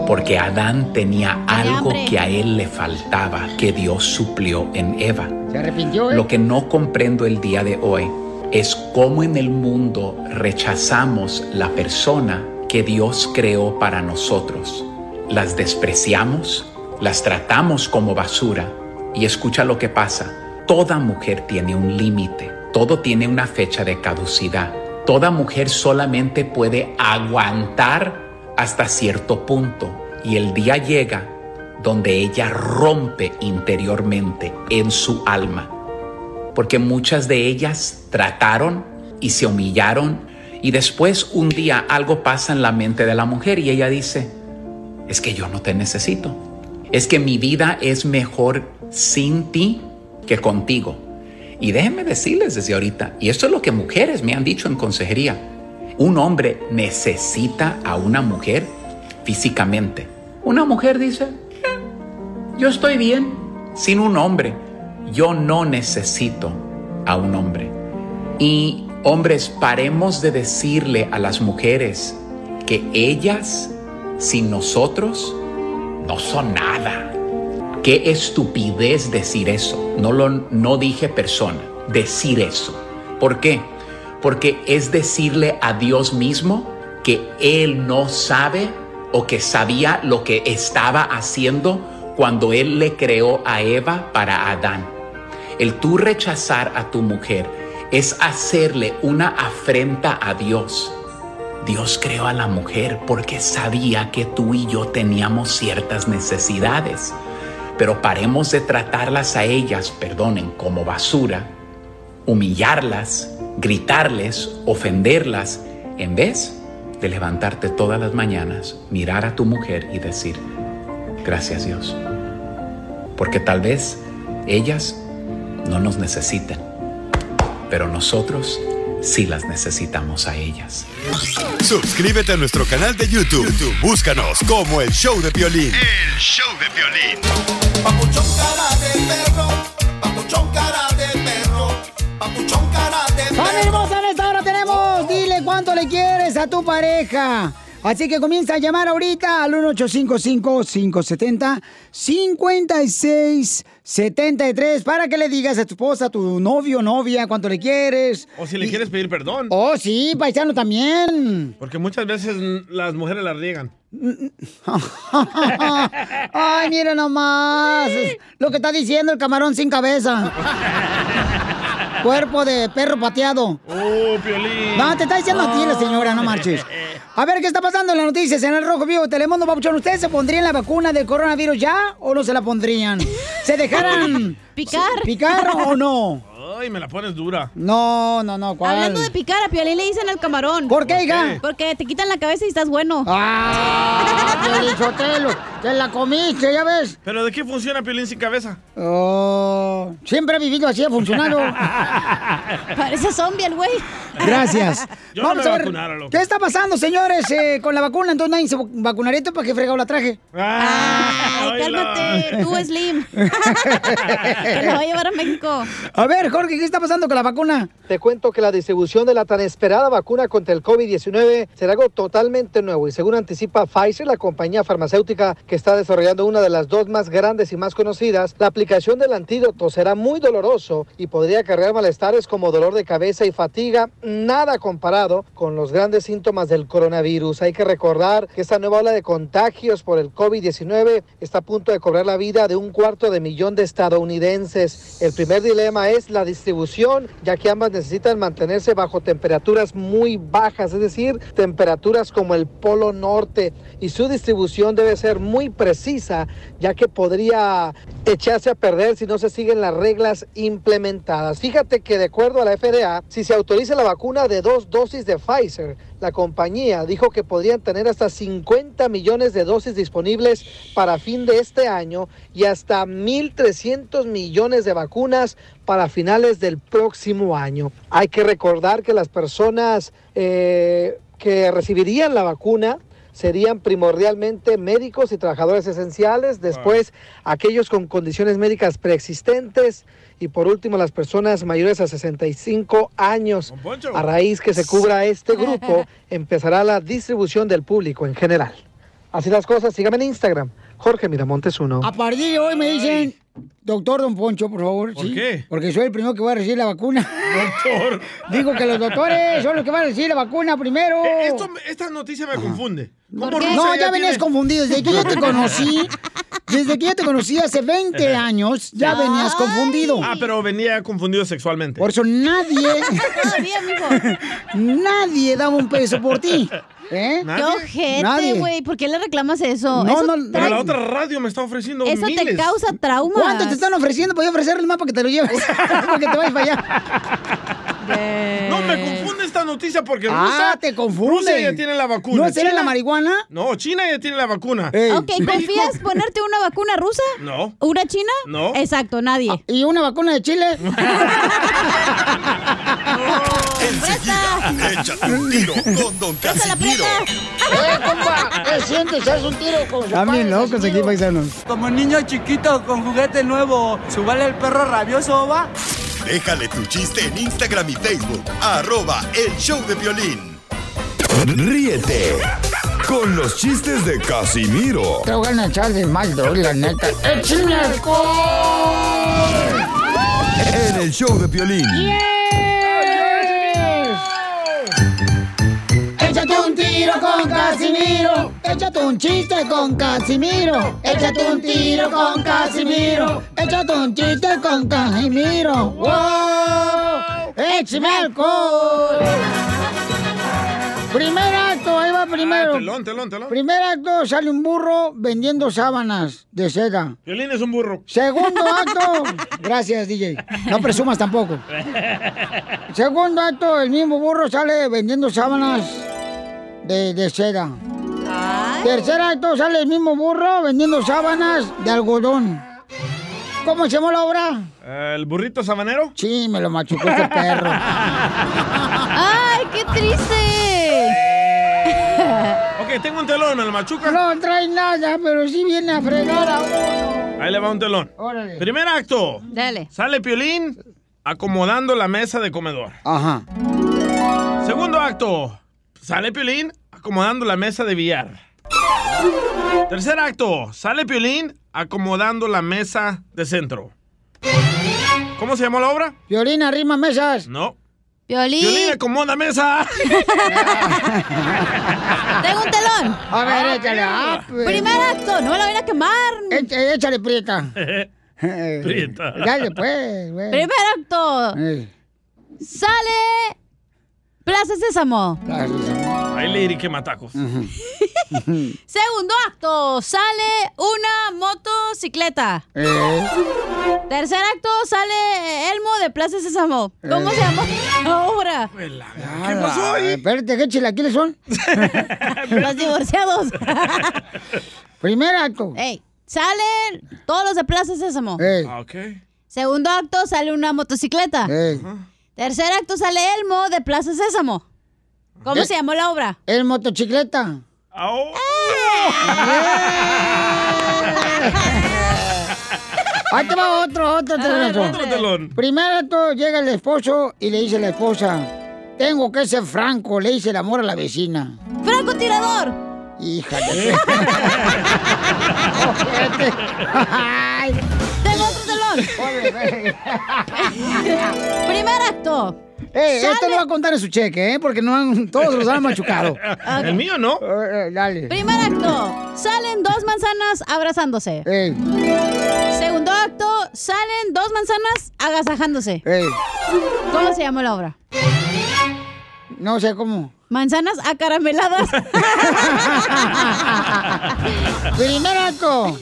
Speaker 23: Porque Adán tenía algo
Speaker 1: hambre.
Speaker 23: que a él le faltaba, que Dios suplió en Eva.
Speaker 1: Se arrepintió, ¿eh?
Speaker 23: Lo que no comprendo el día de hoy es cómo en el mundo rechazamos la persona que Dios creó para nosotros. Las despreciamos, las tratamos como basura y escucha lo que pasa. Toda mujer tiene un límite, todo tiene una fecha de caducidad. Toda mujer solamente puede aguantar hasta cierto punto y el día llega donde ella rompe interiormente en su alma porque muchas de ellas trataron y se humillaron y después un día algo pasa en la mente de la mujer y ella dice, es que yo no te necesito, es que mi vida es mejor sin ti que contigo. Y déjenme decirles desde ahorita, y esto es lo que mujeres me han dicho en consejería, un hombre necesita a una mujer físicamente. Una mujer dice, "Eh, yo estoy bien sin un hombre. Yo no necesito a un hombre. Y hombres, paremos de decirle a las mujeres que ellas sin nosotros no son nada. Qué estupidez decir eso. No lo no dije persona, decir eso. ¿Por qué? Porque es decirle a Dios mismo que él no sabe o que sabía lo que estaba haciendo cuando él le creó a Eva para Adán. El tú rechazar a tu mujer es hacerle una afrenta a Dios. Dios creó a la mujer porque sabía que tú y yo teníamos ciertas necesidades, pero paremos de tratarlas a ellas, perdonen, como basura, humillarlas, gritarles, ofenderlas, en vez de levantarte todas las mañanas, mirar a tu mujer y decir, gracias Dios, porque tal vez ellas no nos necesitan, pero nosotros sí las necesitamos a ellas.
Speaker 6: Suscríbete a nuestro canal de YouTube. YouTube, Búscanos como el show de violín.
Speaker 16: El show de violín. Papuchón cara de perro. Papuchón cara de perro. Papuchón cara de
Speaker 1: ¡Familia hermosa! En esta hora tenemos. Dile cuánto le quieres a tu pareja. Así que comienza a llamar ahorita al 1855-570-5673 para que le digas a tu esposa, a tu novio, novia, cuánto le quieres.
Speaker 3: O si le quieres pedir perdón.
Speaker 1: Oh, sí, paisano también.
Speaker 3: Porque muchas veces mm, las mujeres las riegan.
Speaker 1: Ay, mira nomás. Lo que está diciendo el camarón sin cabeza. Cuerpo de perro pateado.
Speaker 3: ¡Oh, Piolín! Ah.
Speaker 1: No, te está diciendo a ti la señora, no marches. A ver, ¿qué está pasando en las noticias? En el Rojo Vivo de Telemundo, Papuchón, ¿ustedes se pondrían la vacuna del coronavirus ya o no se la pondrían? ¿Se dejaran
Speaker 2: Picar.
Speaker 1: picar o no?
Speaker 3: Ay, me la pones dura.
Speaker 1: No, no, no, ¿cuál?
Speaker 2: Hablando de picar, a Piolín le dicen el camarón. ¿Por
Speaker 1: qué, hija?
Speaker 2: Porque te quitan la cabeza y estás bueno.
Speaker 1: ¡Ah! Piolín Sotelo, te la comiste, ya ves.
Speaker 3: ¿Pero de qué funciona Piolín sin cabeza?
Speaker 1: Oh, siempre he vivido así, ha funcionado.
Speaker 2: Parece zombie el güey.
Speaker 1: Gracias.
Speaker 3: Yo no
Speaker 1: Vamos
Speaker 3: me
Speaker 1: a ver.
Speaker 3: vacunara, loco.
Speaker 1: ¿Qué está pasando, señores, eh, con la vacuna? Entonces nadie se vacunaría. ¿Tú para qué fregado la traje?
Speaker 2: Ay, cálmate, Ah, tú Slim. Te la va a llevar a México.
Speaker 1: A ver, Jorge, ¿qué está pasando con la vacuna?
Speaker 4: Te cuento que la distribución de la tan esperada vacuna contra el COVID-19 será algo totalmente nuevo y según anticipa Pfizer, la compañía farmacéutica que está desarrollando una de las dos más grandes y más conocidas, la aplicación del antídoto será muy doloroso y podría acarrear malestares como dolor de cabeza y fatiga, nada comparado con los grandes síntomas del coronavirus. Hay que recordar que esta nueva ola de contagios por el COVID-19 está a punto de cobrar la vida de un cuarto de millón de estadounidenses. El primer dilema es la distribución, ya que ambas necesitan mantenerse bajo temperaturas muy bajas, es decir, temperaturas como el Polo Norte, y su distribución debe ser muy precisa, ya que podría echarse a perder si no se siguen las reglas implementadas. Fíjate que de acuerdo a la FDA, si se autoriza la vacuna de dos dosis de Pfizer, la compañía dijo que podrían tener hasta 50 millones de dosis disponibles para fin de este año y hasta 1.300 millones de vacunas para finales del próximo año. Hay que recordar que las personas eh, que recibirían la vacuna serían primordialmente médicos y trabajadores esenciales, después aquellos con condiciones médicas preexistentes y por último las personas mayores a 65 años. A raíz que se cubra este grupo, empezará la distribución del público en general. Así las cosas, sígame en Instagram, Jorge Miramontes 1.
Speaker 1: A partir de hoy me dicen, doctor Don Poncho, por favor. ¿Por
Speaker 3: qué?
Speaker 1: Porque soy el primero que va a recibir la vacuna.
Speaker 3: Doctor.
Speaker 1: Digo que los doctores son los que van a recibir la vacuna primero.
Speaker 3: Eh, Esto- esta noticia me confunde. ¿Cómo
Speaker 1: ¿Por qué?
Speaker 3: Rusia
Speaker 1: No, ya
Speaker 3: tiene-
Speaker 1: venías confundido. Desde que yo te conocí, desde que yo te conocí hace 20 años, ya venías confundido.
Speaker 3: Ah, pero venía confundido sexualmente.
Speaker 1: Por eso nadie, nadie daba un peso por ti. ¿Eh?
Speaker 3: Nadie.
Speaker 2: Qué ojete, güey. ¿Por qué le reclamas eso? eso
Speaker 3: Pero
Speaker 2: trae-
Speaker 3: la otra radio me está ofreciendo
Speaker 2: Eso te
Speaker 3: miles.
Speaker 2: causa trauma.
Speaker 1: ¿Cuánto te están ofreciendo? Voy a ofrecerle más para que te lo lleves. para que te vayas para allá.
Speaker 2: Eh.
Speaker 3: No, me confunde esta noticia porque
Speaker 1: Ah,
Speaker 3: Rusia...
Speaker 1: te confunde.
Speaker 3: Rusia ya tiene la vacuna.
Speaker 1: ¿No será la marihuana?
Speaker 3: No, China ya tiene la vacuna.
Speaker 2: Ok, ¿confías ponerte una vacuna rusa?
Speaker 3: No.
Speaker 2: ¿Una china?
Speaker 3: No.
Speaker 2: Exacto, nadie.
Speaker 1: Ah, ¿Y una vacuna de Chile?
Speaker 6: Échate un tiro con Don Casimiro.
Speaker 1: ¡Eh, compa! ¿Qué sientes? ¿Haz un tiro con su
Speaker 17: También
Speaker 1: padre?
Speaker 17: locos
Speaker 1: aquí, paisanos.
Speaker 17: Como niño chiquito con juguete nuevo, subale el perro rabioso, va.
Speaker 6: Déjale tu chiste en Instagram y Facebook. Arroba el show de violín. Ríete con los chistes de Casimiro.
Speaker 1: Te voy a echar de mal, doy, la neta. ¡Échame alcohol!
Speaker 6: En el show de violín.
Speaker 1: ¡Eh! Échate un tiro con Casimiro. Échate un chiste con Casimiro. Échate un tiro con Casimiro. Échate un chiste con Casimiro. ¡Wow! ¡Échame alcohol! Primer acto, ahí va primero.
Speaker 3: Ah, telón, telón, telón.
Speaker 1: Primer acto, sale un burro vendiendo sábanas de seda.
Speaker 3: Violín es un burro.
Speaker 1: Segundo acto. Gracias, DJ. No presumas tampoco. Segundo acto, el mismo burro sale vendiendo sábanas de, de seda. Tercer acto, sale el mismo burro vendiendo sábanas de algodón. ¿Cómo se llamó la obra?
Speaker 3: ¿El burrito sabanero?
Speaker 1: Sí, me lo machucó este perro.
Speaker 2: ¡Ay, qué triste!
Speaker 3: ok, tengo un telón, ¿me lo machuca?
Speaker 1: No trae nada, pero sí viene a fregar a uno.
Speaker 3: Ahí le va un telón.
Speaker 1: Órale.
Speaker 3: Primer acto.
Speaker 2: Dale.
Speaker 3: Sale Piolín acomodando la mesa de comedor.
Speaker 1: Ajá.
Speaker 3: Segundo acto. Sale Piolín acomodando la mesa de billar. Tercer acto. Sale Piolín acomodando la mesa de centro. ¿Cómo se llamó la obra?
Speaker 1: Violín arrima mesas.
Speaker 3: No.
Speaker 2: Violín.
Speaker 3: Piolín acomoda mesa.
Speaker 2: Tengo un telón.
Speaker 1: A ver, échale. Ah, pues.
Speaker 2: Primer acto, no me lo voy a quemar.
Speaker 1: Échale, échale prieta.
Speaker 3: Prieta.
Speaker 1: Dale, pues, güey.
Speaker 2: Primer acto.
Speaker 1: Eh.
Speaker 2: Sale Plaza Sésamo.
Speaker 3: Ahí le diré que matacos.
Speaker 2: Segundo acto, sale una motocicleta.
Speaker 3: Eh.
Speaker 2: Eh. Tercer acto, sale Elmo de Plaza Sésamo. ¿Cómo
Speaker 1: Eh.
Speaker 2: se llama la obra?
Speaker 1: ¿Qué pasó ahí? Espérate, ¿qué chilaquiles son?
Speaker 2: Los divorciados.
Speaker 1: Primer acto.
Speaker 2: Ey, salen todos los de Plaza Sésamo.
Speaker 3: Ah, ok.
Speaker 2: Segundo acto, sale una motocicleta. Tercer acto, sale Elmo de Plaza Sésamo. ¿Cómo
Speaker 1: Eh.
Speaker 2: se llamó la obra?
Speaker 1: El motocicleta. ¡Oh! Ahí te va otro, otro telonazo.
Speaker 16: otro telón.
Speaker 1: Primero acto, llega el esposo y le dice a la esposa, tengo que ser franco, le dice el amor a la vecina.
Speaker 2: ¡Franco tirador!
Speaker 1: Híjale. Ay.
Speaker 2: Tengo otro telón. Primer acto.
Speaker 1: Eh, esto lo va a contar en su cheque, ¿eh? Porque no han, todos los han machucado.
Speaker 3: El mío no.
Speaker 1: Eh, eh, dale.
Speaker 2: Primer acto. Salen dos manzanas abrazándose. Segundo acto. Salen dos manzanas agasajándose. ¿Cómo se llamó la obra?
Speaker 1: No sé cómo.
Speaker 2: Manzanas acarameladas.
Speaker 1: Primer acto.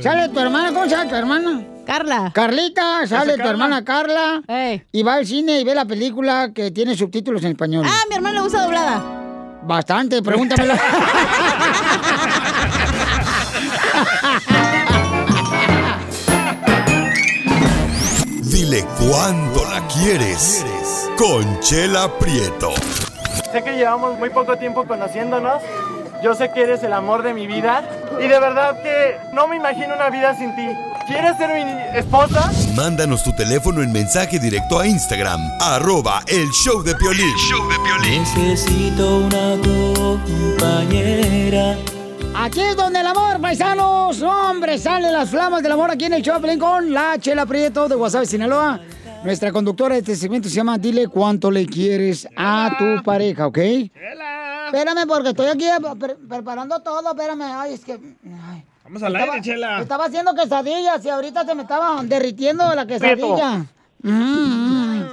Speaker 1: Sale tu hermana, ¿cómo se llama tu hermana?
Speaker 2: Carla.
Speaker 1: Carlita, sale tu
Speaker 2: Carla.
Speaker 1: hermana Carla. Y va al cine y ve la película que tiene subtítulos en español.
Speaker 2: Ah, mi hermana la usa doblada.
Speaker 1: Bastante, pregúntamelo.
Speaker 6: Dile cuándo la quieres. Conchela Prieto.
Speaker 24: Sé que llevamos muy poco tiempo conociéndonos. Yo sé que eres el amor de mi vida. Y de verdad que no me imagino una vida sin ti. ¿Quieres ser mi esposa?
Speaker 6: Mándanos tu teléfono en mensaje directo a Instagram. Arroba el show de Piolín.
Speaker 16: Necesito una compañera.
Speaker 1: Aquí es donde el amor, paisanos, no, hombre, salen las flamas del amor aquí en el Choplin con la Chela Prieto de Guasave, Sinaloa. Nuestra conductora de este segmento se llama Dile cuánto le quieres a tu pareja, ¿ok? Espérame, porque estoy aquí eh, pre- preparando todo, espérame. Ay, es que. ay.
Speaker 3: Vamos al
Speaker 1: Estaba-
Speaker 3: aire, Chela.
Speaker 1: Estaba haciendo quesadillas y ahorita se me estaba derritiendo la quesadilla. Mm, mm.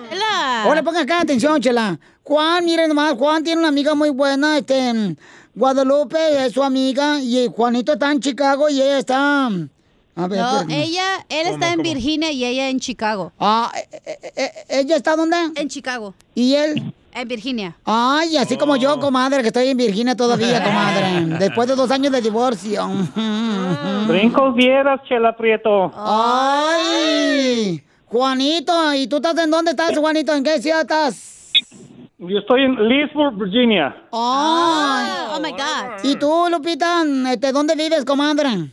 Speaker 1: Ahora pongan acá atención, Chela. Juan, miren nomás, Juan tiene una amiga muy buena, este, mm, Guadalupe es su amiga y Juanito está en Chicago y ella está... A ver,
Speaker 2: No,
Speaker 1: espérame.
Speaker 2: ella, él está en Virginia y ella en Chicago.
Speaker 1: Ah, eh, eh, eh, ¿ella está dónde?
Speaker 2: En Chicago.
Speaker 1: ¿Y él?
Speaker 2: En Virginia.
Speaker 1: Ay, así como
Speaker 2: Oh.
Speaker 1: yo, comadre, que estoy en Virginia todavía, comadre. Después de dos años de divorcio.
Speaker 2: Mm.
Speaker 1: Mm.
Speaker 7: Brincos vieras, Chela Prieto.
Speaker 1: Ay, Juanito, ¿y tú estás en dónde estás, Juanito? ¿En qué ciudad estás?
Speaker 7: Yo estoy en Leesburg, Virginia.
Speaker 1: Ay.
Speaker 2: Oh my God.
Speaker 1: ¿Y tú, Lupita, este, dónde vives, comadre?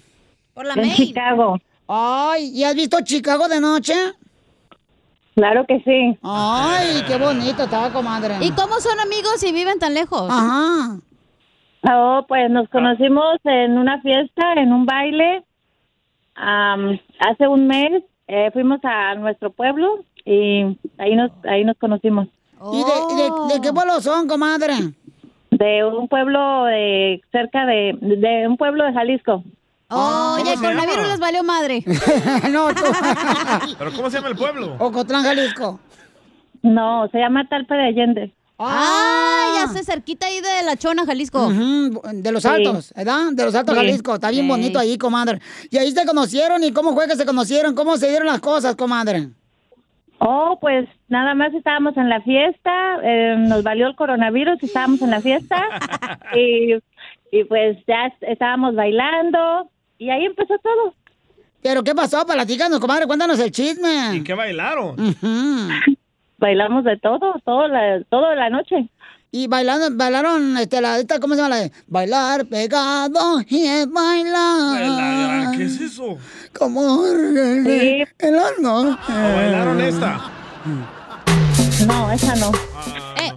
Speaker 2: Por la
Speaker 7: En Main.
Speaker 1: Chicago. Ay, ¿y has visto Chicago de noche?
Speaker 7: Claro que sí.
Speaker 1: Ay, qué bonito estaba, comadre.
Speaker 2: ¿Y cómo son amigos si viven tan lejos?
Speaker 1: Ajá.
Speaker 7: Oh, pues nos conocimos en una fiesta, en un baile. Am, hace un mes eh, fuimos a nuestro pueblo y ahí nos ahí nos conocimos.
Speaker 1: ¿Y de, de- de qué pueblo son, comadre?
Speaker 7: De un pueblo de cerca de, de un pueblo de Jalisco.
Speaker 2: Oh,
Speaker 7: ¿Cómo
Speaker 2: ya el
Speaker 7: se llama?
Speaker 2: coronavirus les valió madre.
Speaker 1: no,
Speaker 3: ¿Pero cómo se llama el pueblo?
Speaker 1: Ocotlán, Jalisco.
Speaker 7: No, se llama Talpa de Allende.
Speaker 2: Ah, ya sé, cerquita ahí de La Chona, Jalisco.
Speaker 1: De los Altos, ¿verdad? De los Altos
Speaker 2: Sí.
Speaker 1: Jalisco. Está bien
Speaker 2: Sí.
Speaker 1: bonito ahí, comadre. ¿Y ahí se conocieron? ¿Y cómo fue que se conocieron? ¿Cómo se dieron las cosas, comadre?
Speaker 7: Oh, pues nada más estábamos en la fiesta, eh, nos valió el coronavirus, estábamos en la fiesta y, y pues ya estábamos bailando y ahí empezó todo.
Speaker 1: ¿Pero qué pasó? Platícanos, comadre, cuéntanos el chisme.
Speaker 3: ¿Y qué bailaron?
Speaker 7: Bailamos de todo, toda la, toda la noche.
Speaker 1: Y bailando, bailaron, este, la, esta, ¿cómo se llama la de? Bailar pegado y es bailar.
Speaker 3: ¿Qué es eso?
Speaker 1: Como el, el horno.
Speaker 3: Ah,
Speaker 1: Eh.
Speaker 3: ¿Bailaron esta?
Speaker 7: No, esa no.
Speaker 2: Ah,
Speaker 1: Eh,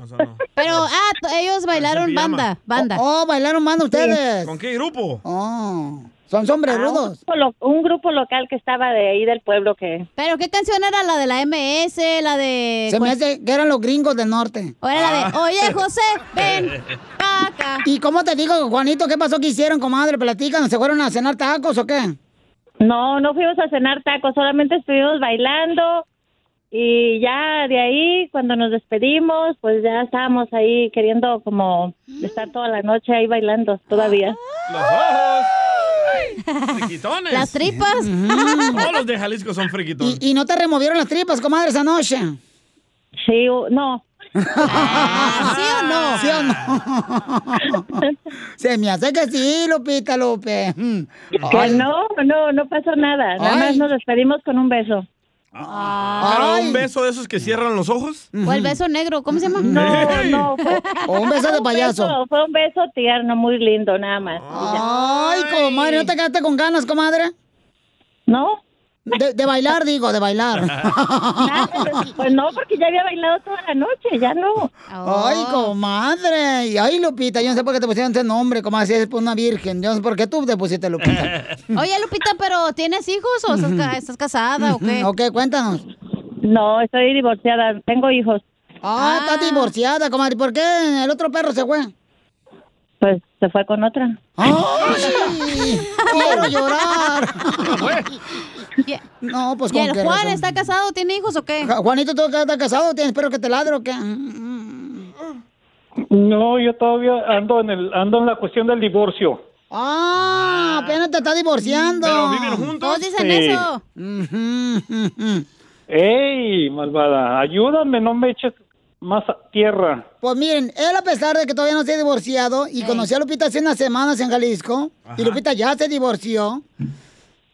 Speaker 2: Pero, ah, t- ellos bailaron banda, banda.
Speaker 1: Oh, bailaron banda ustedes.
Speaker 3: ¿Con qué grupo?
Speaker 1: Oh, son sombreros.
Speaker 7: Ah, un, grupo lo- un grupo local que estaba de ahí del pueblo que...
Speaker 2: ¿Pero qué canción era la de la MS, la de...
Speaker 1: Se me hace que eran los gringos del norte. Ah.
Speaker 2: O era la de, oye, José, ven.
Speaker 3: Ah,
Speaker 1: ¿Y cómo te digo, Juanito, qué pasó que hicieron, comadre? Platican, ¿se fueron a cenar tacos o qué?
Speaker 7: No, no fuimos a cenar tacos, solamente estuvimos bailando y ya de ahí cuando nos despedimos, pues ya estábamos ahí queriendo como estar toda la noche ahí bailando todavía.
Speaker 3: Los ojos. Friquitones.
Speaker 1: Las tripas.
Speaker 3: Todos los de Jalisco son friquitones.
Speaker 1: ¿Y, y no te removieron las tripas, comadre, esa noche?
Speaker 7: Sí, no.
Speaker 1: ¿Sí o no? ¿Sí o no? Se me hace que sí, Lupita Lupe. Mm.
Speaker 7: Que no, no, no pasó nada, nada más nos despedimos con un beso.
Speaker 1: Ah.
Speaker 3: ¿Pero un beso de esos que cierran los ojos?
Speaker 2: O el beso negro, ¿cómo se llama?
Speaker 7: No, no. fue-
Speaker 1: O un beso de
Speaker 7: fue
Speaker 1: payaso.
Speaker 7: beso, fue un beso tierno, muy lindo, nada más. y ya.
Speaker 1: Ay, comadre, ¿no te quedaste con ganas, comadre?
Speaker 7: No.
Speaker 1: De, de bailar, digo, de bailar.
Speaker 7: pues, no, porque ya había bailado toda la noche, ya no.
Speaker 1: Ay,
Speaker 2: Oh.
Speaker 1: comadre. Y ay, Lupita, yo no sé por qué te pusieron ese nombre, comadre, si es por una virgen. Yo no sé por qué tú te pusiste Lupita.
Speaker 2: Oye, Lupita, pero ¿tienes hijos o estás, ca- estás casada o qué?
Speaker 1: Ok, cuéntanos.
Speaker 7: No, estoy divorciada, tengo hijos.
Speaker 1: Ah, está divorciada, comadre. ¿Por qué el otro perro se fue?
Speaker 7: Pues se fue con otra.
Speaker 1: ¡Ay! ¡Quiero llorar! No, pues
Speaker 2: ¿Y
Speaker 1: con
Speaker 2: el
Speaker 1: qué
Speaker 2: Juan
Speaker 1: razón?
Speaker 2: está casado? ¿Tiene hijos o qué?
Speaker 1: Ja- Juanito, ¿tú estás casado? ¿Tienes perro que te ladre o qué?
Speaker 20: No, yo todavía ando en el ando en la cuestión del divorcio.
Speaker 1: ¡Ah! Apenas te está divorciando.
Speaker 20: Pero viven juntos.
Speaker 2: Todos dicen
Speaker 20: Sí.
Speaker 2: eso.
Speaker 20: ¡Ey, malvada! Ayúdame, no me eches más a tierra.
Speaker 1: Pues miren, él a pesar de que todavía no se ha divorciado y conoció a Lupita hace unas semanas en Jalisco y Lupita ya se divorció.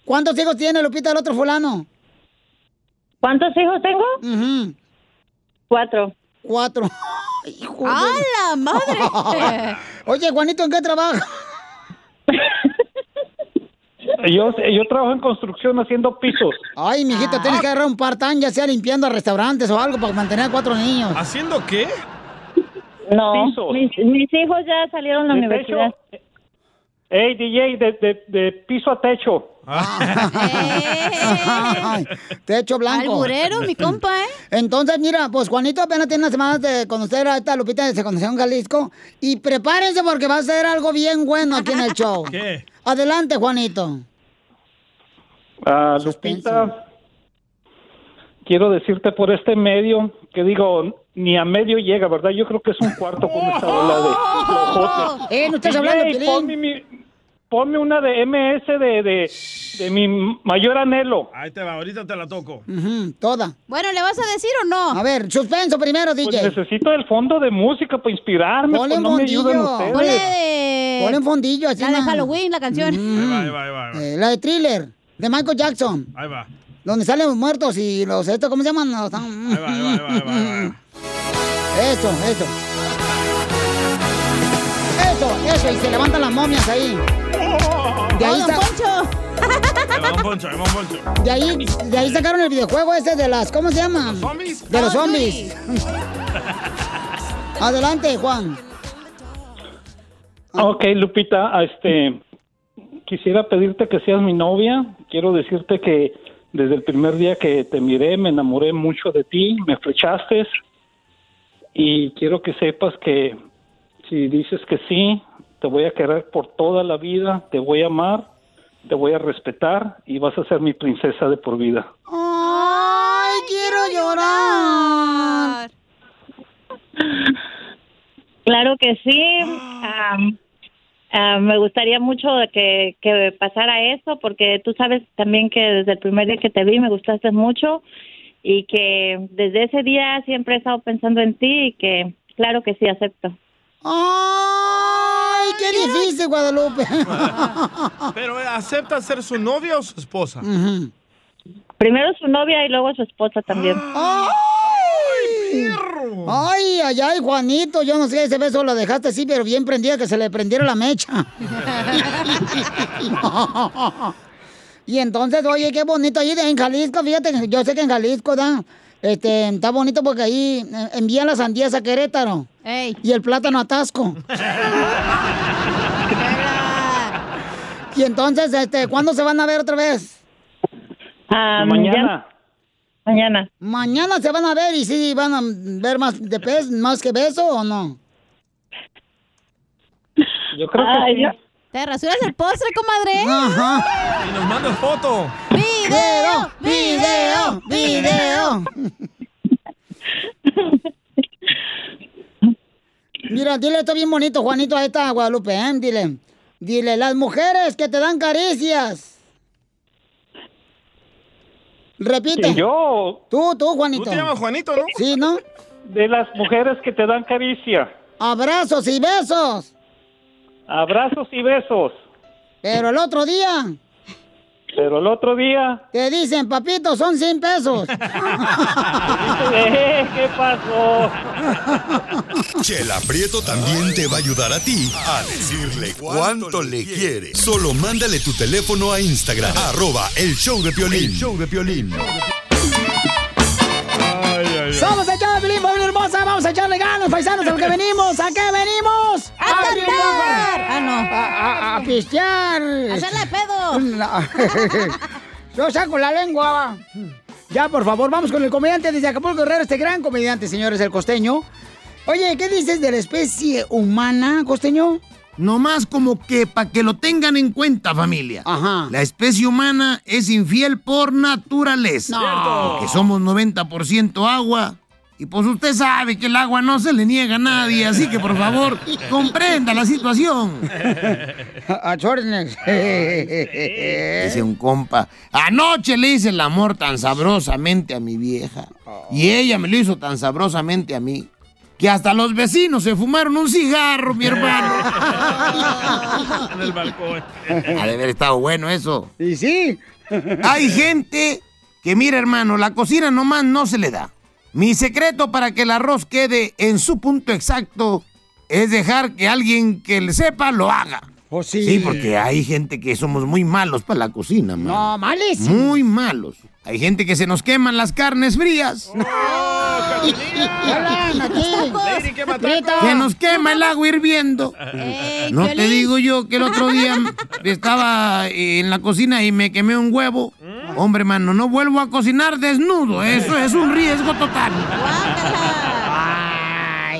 Speaker 1: ¿Cuántos hijos tiene Lupita el otro fulano?
Speaker 7: ¿Cuántos hijos tengo? Cuatro.
Speaker 1: Cuatro. Hijo de-
Speaker 2: ¡A la madre!
Speaker 1: Oye, Juanito, ¿en qué trabaja?
Speaker 20: Yo, yo trabajo en construcción haciendo pisos.
Speaker 1: Ay, mijito, tienes que agarrar un part-time, ya sea limpiando restaurantes o algo para mantener a cuatro niños.
Speaker 3: ¿Haciendo qué?
Speaker 7: No,
Speaker 20: Pisos.
Speaker 7: mis, mis hijos ya salieron de la
Speaker 20: De
Speaker 7: universidad.
Speaker 20: techo. ¡Ey, DJ, de, de, de piso a techo!
Speaker 1: Ay, Techo blanco.
Speaker 2: Alburero, mi compa, ¿eh?
Speaker 1: Entonces, mira, pues Juanito apenas tiene unas semanas de conocer a esta Lupita, se conoció en Jalisco. Y prepárense porque va a ser algo bien bueno aquí en el show.
Speaker 3: ¿Qué?
Speaker 1: Adelante, Juanito.
Speaker 20: Ah, Lupita, quiero decirte por este medio que digo, ni a medio llega, ¿verdad? Yo creo que es un cuarto con esta bola de flojotes.
Speaker 1: Eh, no estás hablando,
Speaker 20: DJ,
Speaker 1: Piolín.
Speaker 20: ponme, mi- ponme una de MS de, de, de mi mayor anhelo.
Speaker 3: Ahí te va, ahorita te la toco.
Speaker 1: Ujú, toda.
Speaker 2: Bueno, ¿le vas a decir o no?
Speaker 1: A ver, suspenso primero,
Speaker 20: Pues
Speaker 1: DJ.
Speaker 20: necesito el fondo de música para inspirarme.
Speaker 1: Ponle un
Speaker 20: pues no me ayudan
Speaker 1: fondillo.
Speaker 20: ustedes.
Speaker 2: Ponle de...
Speaker 1: Ponle un fondillo así.
Speaker 2: La de
Speaker 1: na.
Speaker 2: Halloween, la canción.
Speaker 1: Mm. Eh, la de Thriller, de Michael Jackson.
Speaker 3: Ahí va.
Speaker 1: Donde salen los muertos y los estos, ¿cómo se llaman? Los- Eso, eso. Eso, eso, y se levantan las momias ahí.
Speaker 3: ¡Oh!
Speaker 1: De ahí, sa-
Speaker 3: Ahí va, Poncho, ahí va, Poncho.
Speaker 1: de ahí, de ahí sacaron el videojuego ese de las, ¿cómo se llama?
Speaker 3: ¿Zombies?
Speaker 1: De los zombies. Adelante, Juan.
Speaker 20: Ok, Lupita, este, quisiera pedirte que seas mi novia. Quiero decirte que desde el primer día que te miré me enamoré mucho de ti, me flechaste y quiero que sepas que si dices que sí, te voy a querer por toda la vida, te voy a amar, te voy a respetar y vas a ser mi princesa de por vida.
Speaker 1: Ay, quiero llorar.
Speaker 7: Claro que sí.
Speaker 1: Ah.
Speaker 7: Am, am, me gustaría mucho que, que pasara eso porque tú sabes también que desde el primer día que te vi me gustaste mucho y que desde ese día siempre he estado pensando en ti y que claro que sí acepto.
Speaker 1: ¡Ay, qué difícil, Guadalupe!
Speaker 3: Pero eh, acepta ser su novia o su esposa.
Speaker 1: Mm.
Speaker 7: Primero su novia y luego su esposa también.
Speaker 1: Ah. Ay, ay, ay, Juanito, yo no sé, ese beso lo dejaste así, pero bien prendida que se le prendiera la mecha. y entonces, oye, qué bonito ahí en Jalisco, fíjate, yo sé que en Jalisco, da, este, está bonito porque ahí eh, envían las sandías a Querétaro. Y el plátano a Tasco. y entonces, este, ¿cuándo se van a ver otra vez?
Speaker 7: Am, Mañana. Mañana.
Speaker 1: Mañana se van a ver y sí van a ver más de pez, más que beso o no.
Speaker 2: Yo creo que Ay, sí. yo- ¿Te rasuras el postre, comadre?
Speaker 3: Y nos mandas foto.
Speaker 2: ¡Video! ¡Video!
Speaker 1: ¡Video! Mira, dile esto bien bonito, Juanito, ahí está Guadalupe, ¿eh? Dile. Dile, las mujeres que te dan caricias. Repite.
Speaker 20: Y yo.
Speaker 1: Tú, tú, Juanito.
Speaker 20: Tú te llamas
Speaker 3: Juanito, ¿no?
Speaker 1: Sí, ¿no?
Speaker 20: De las mujeres que te dan caricia.
Speaker 1: Abrazos y besos.
Speaker 20: Abrazos y besos.
Speaker 1: Pero el otro día
Speaker 20: Pero el otro día.
Speaker 1: te dicen, papito, son 100 pesos.
Speaker 20: Eh, ¿Qué pasó?
Speaker 6: Chela Prieto también te va a ayudar a ti a decirle cuánto le quiere. Solo mándale tu teléfono a Instagram, arroba el show de Piolín. show de Piolín.
Speaker 1: Somos el show de Piolín, familia hermosa. Vamos a echarle ganas, paisanos, a lo que venimos. ¿A qué venimos?
Speaker 2: ¡A cantar!
Speaker 1: Ah, no. A, a- a pistear.
Speaker 2: ¡Hacerle pedo!
Speaker 1: La- Yo saco la lengua. Ya, por favor, vamos con el comediante desde Acapulco Guerrero, este gran comediante, señores, el costeño. Oye, ¿qué dices de la especie humana, costeño?
Speaker 14: Nomás como que para que lo tengan en cuenta, familia. La especie humana es infiel por naturaleza.
Speaker 16: Cierto.
Speaker 14: Porque somos 90% agua. Y pues usted sabe que el agua no se le niega a nadie, así que por favor, comprenda la situación.
Speaker 1: A chornes.
Speaker 14: Dice un compa, anoche le hice el amor tan sabrosamente a mi vieja. Y ella me lo hizo tan sabrosamente a mí. Que hasta los vecinos se fumaron un cigarro, mi hermano.
Speaker 3: en el balcón.
Speaker 14: Ha de haber estado bueno eso.
Speaker 1: Y sí.
Speaker 14: Hay gente que, mira, hermano, la cocina nomás no se le da. Mi secreto para que el arroz quede en su punto exacto es dejar que alguien que le sepa lo haga.
Speaker 1: Oh, sí.
Speaker 14: porque hay gente que somos muy malos para la cocina, man.
Speaker 1: No, males.
Speaker 14: Muy malos. Hay gente que se nos queman las carnes frías.
Speaker 1: Hablan aquí. Neta.
Speaker 14: Que nos quema el agua hirviendo. No te
Speaker 1: Piolín.
Speaker 14: digo yo que el otro día estaba en la cocina y me quemé un huevo.
Speaker 2: Mm.
Speaker 14: Hombre, mano, no vuelvo a cocinar desnudo. Eso es un riesgo total.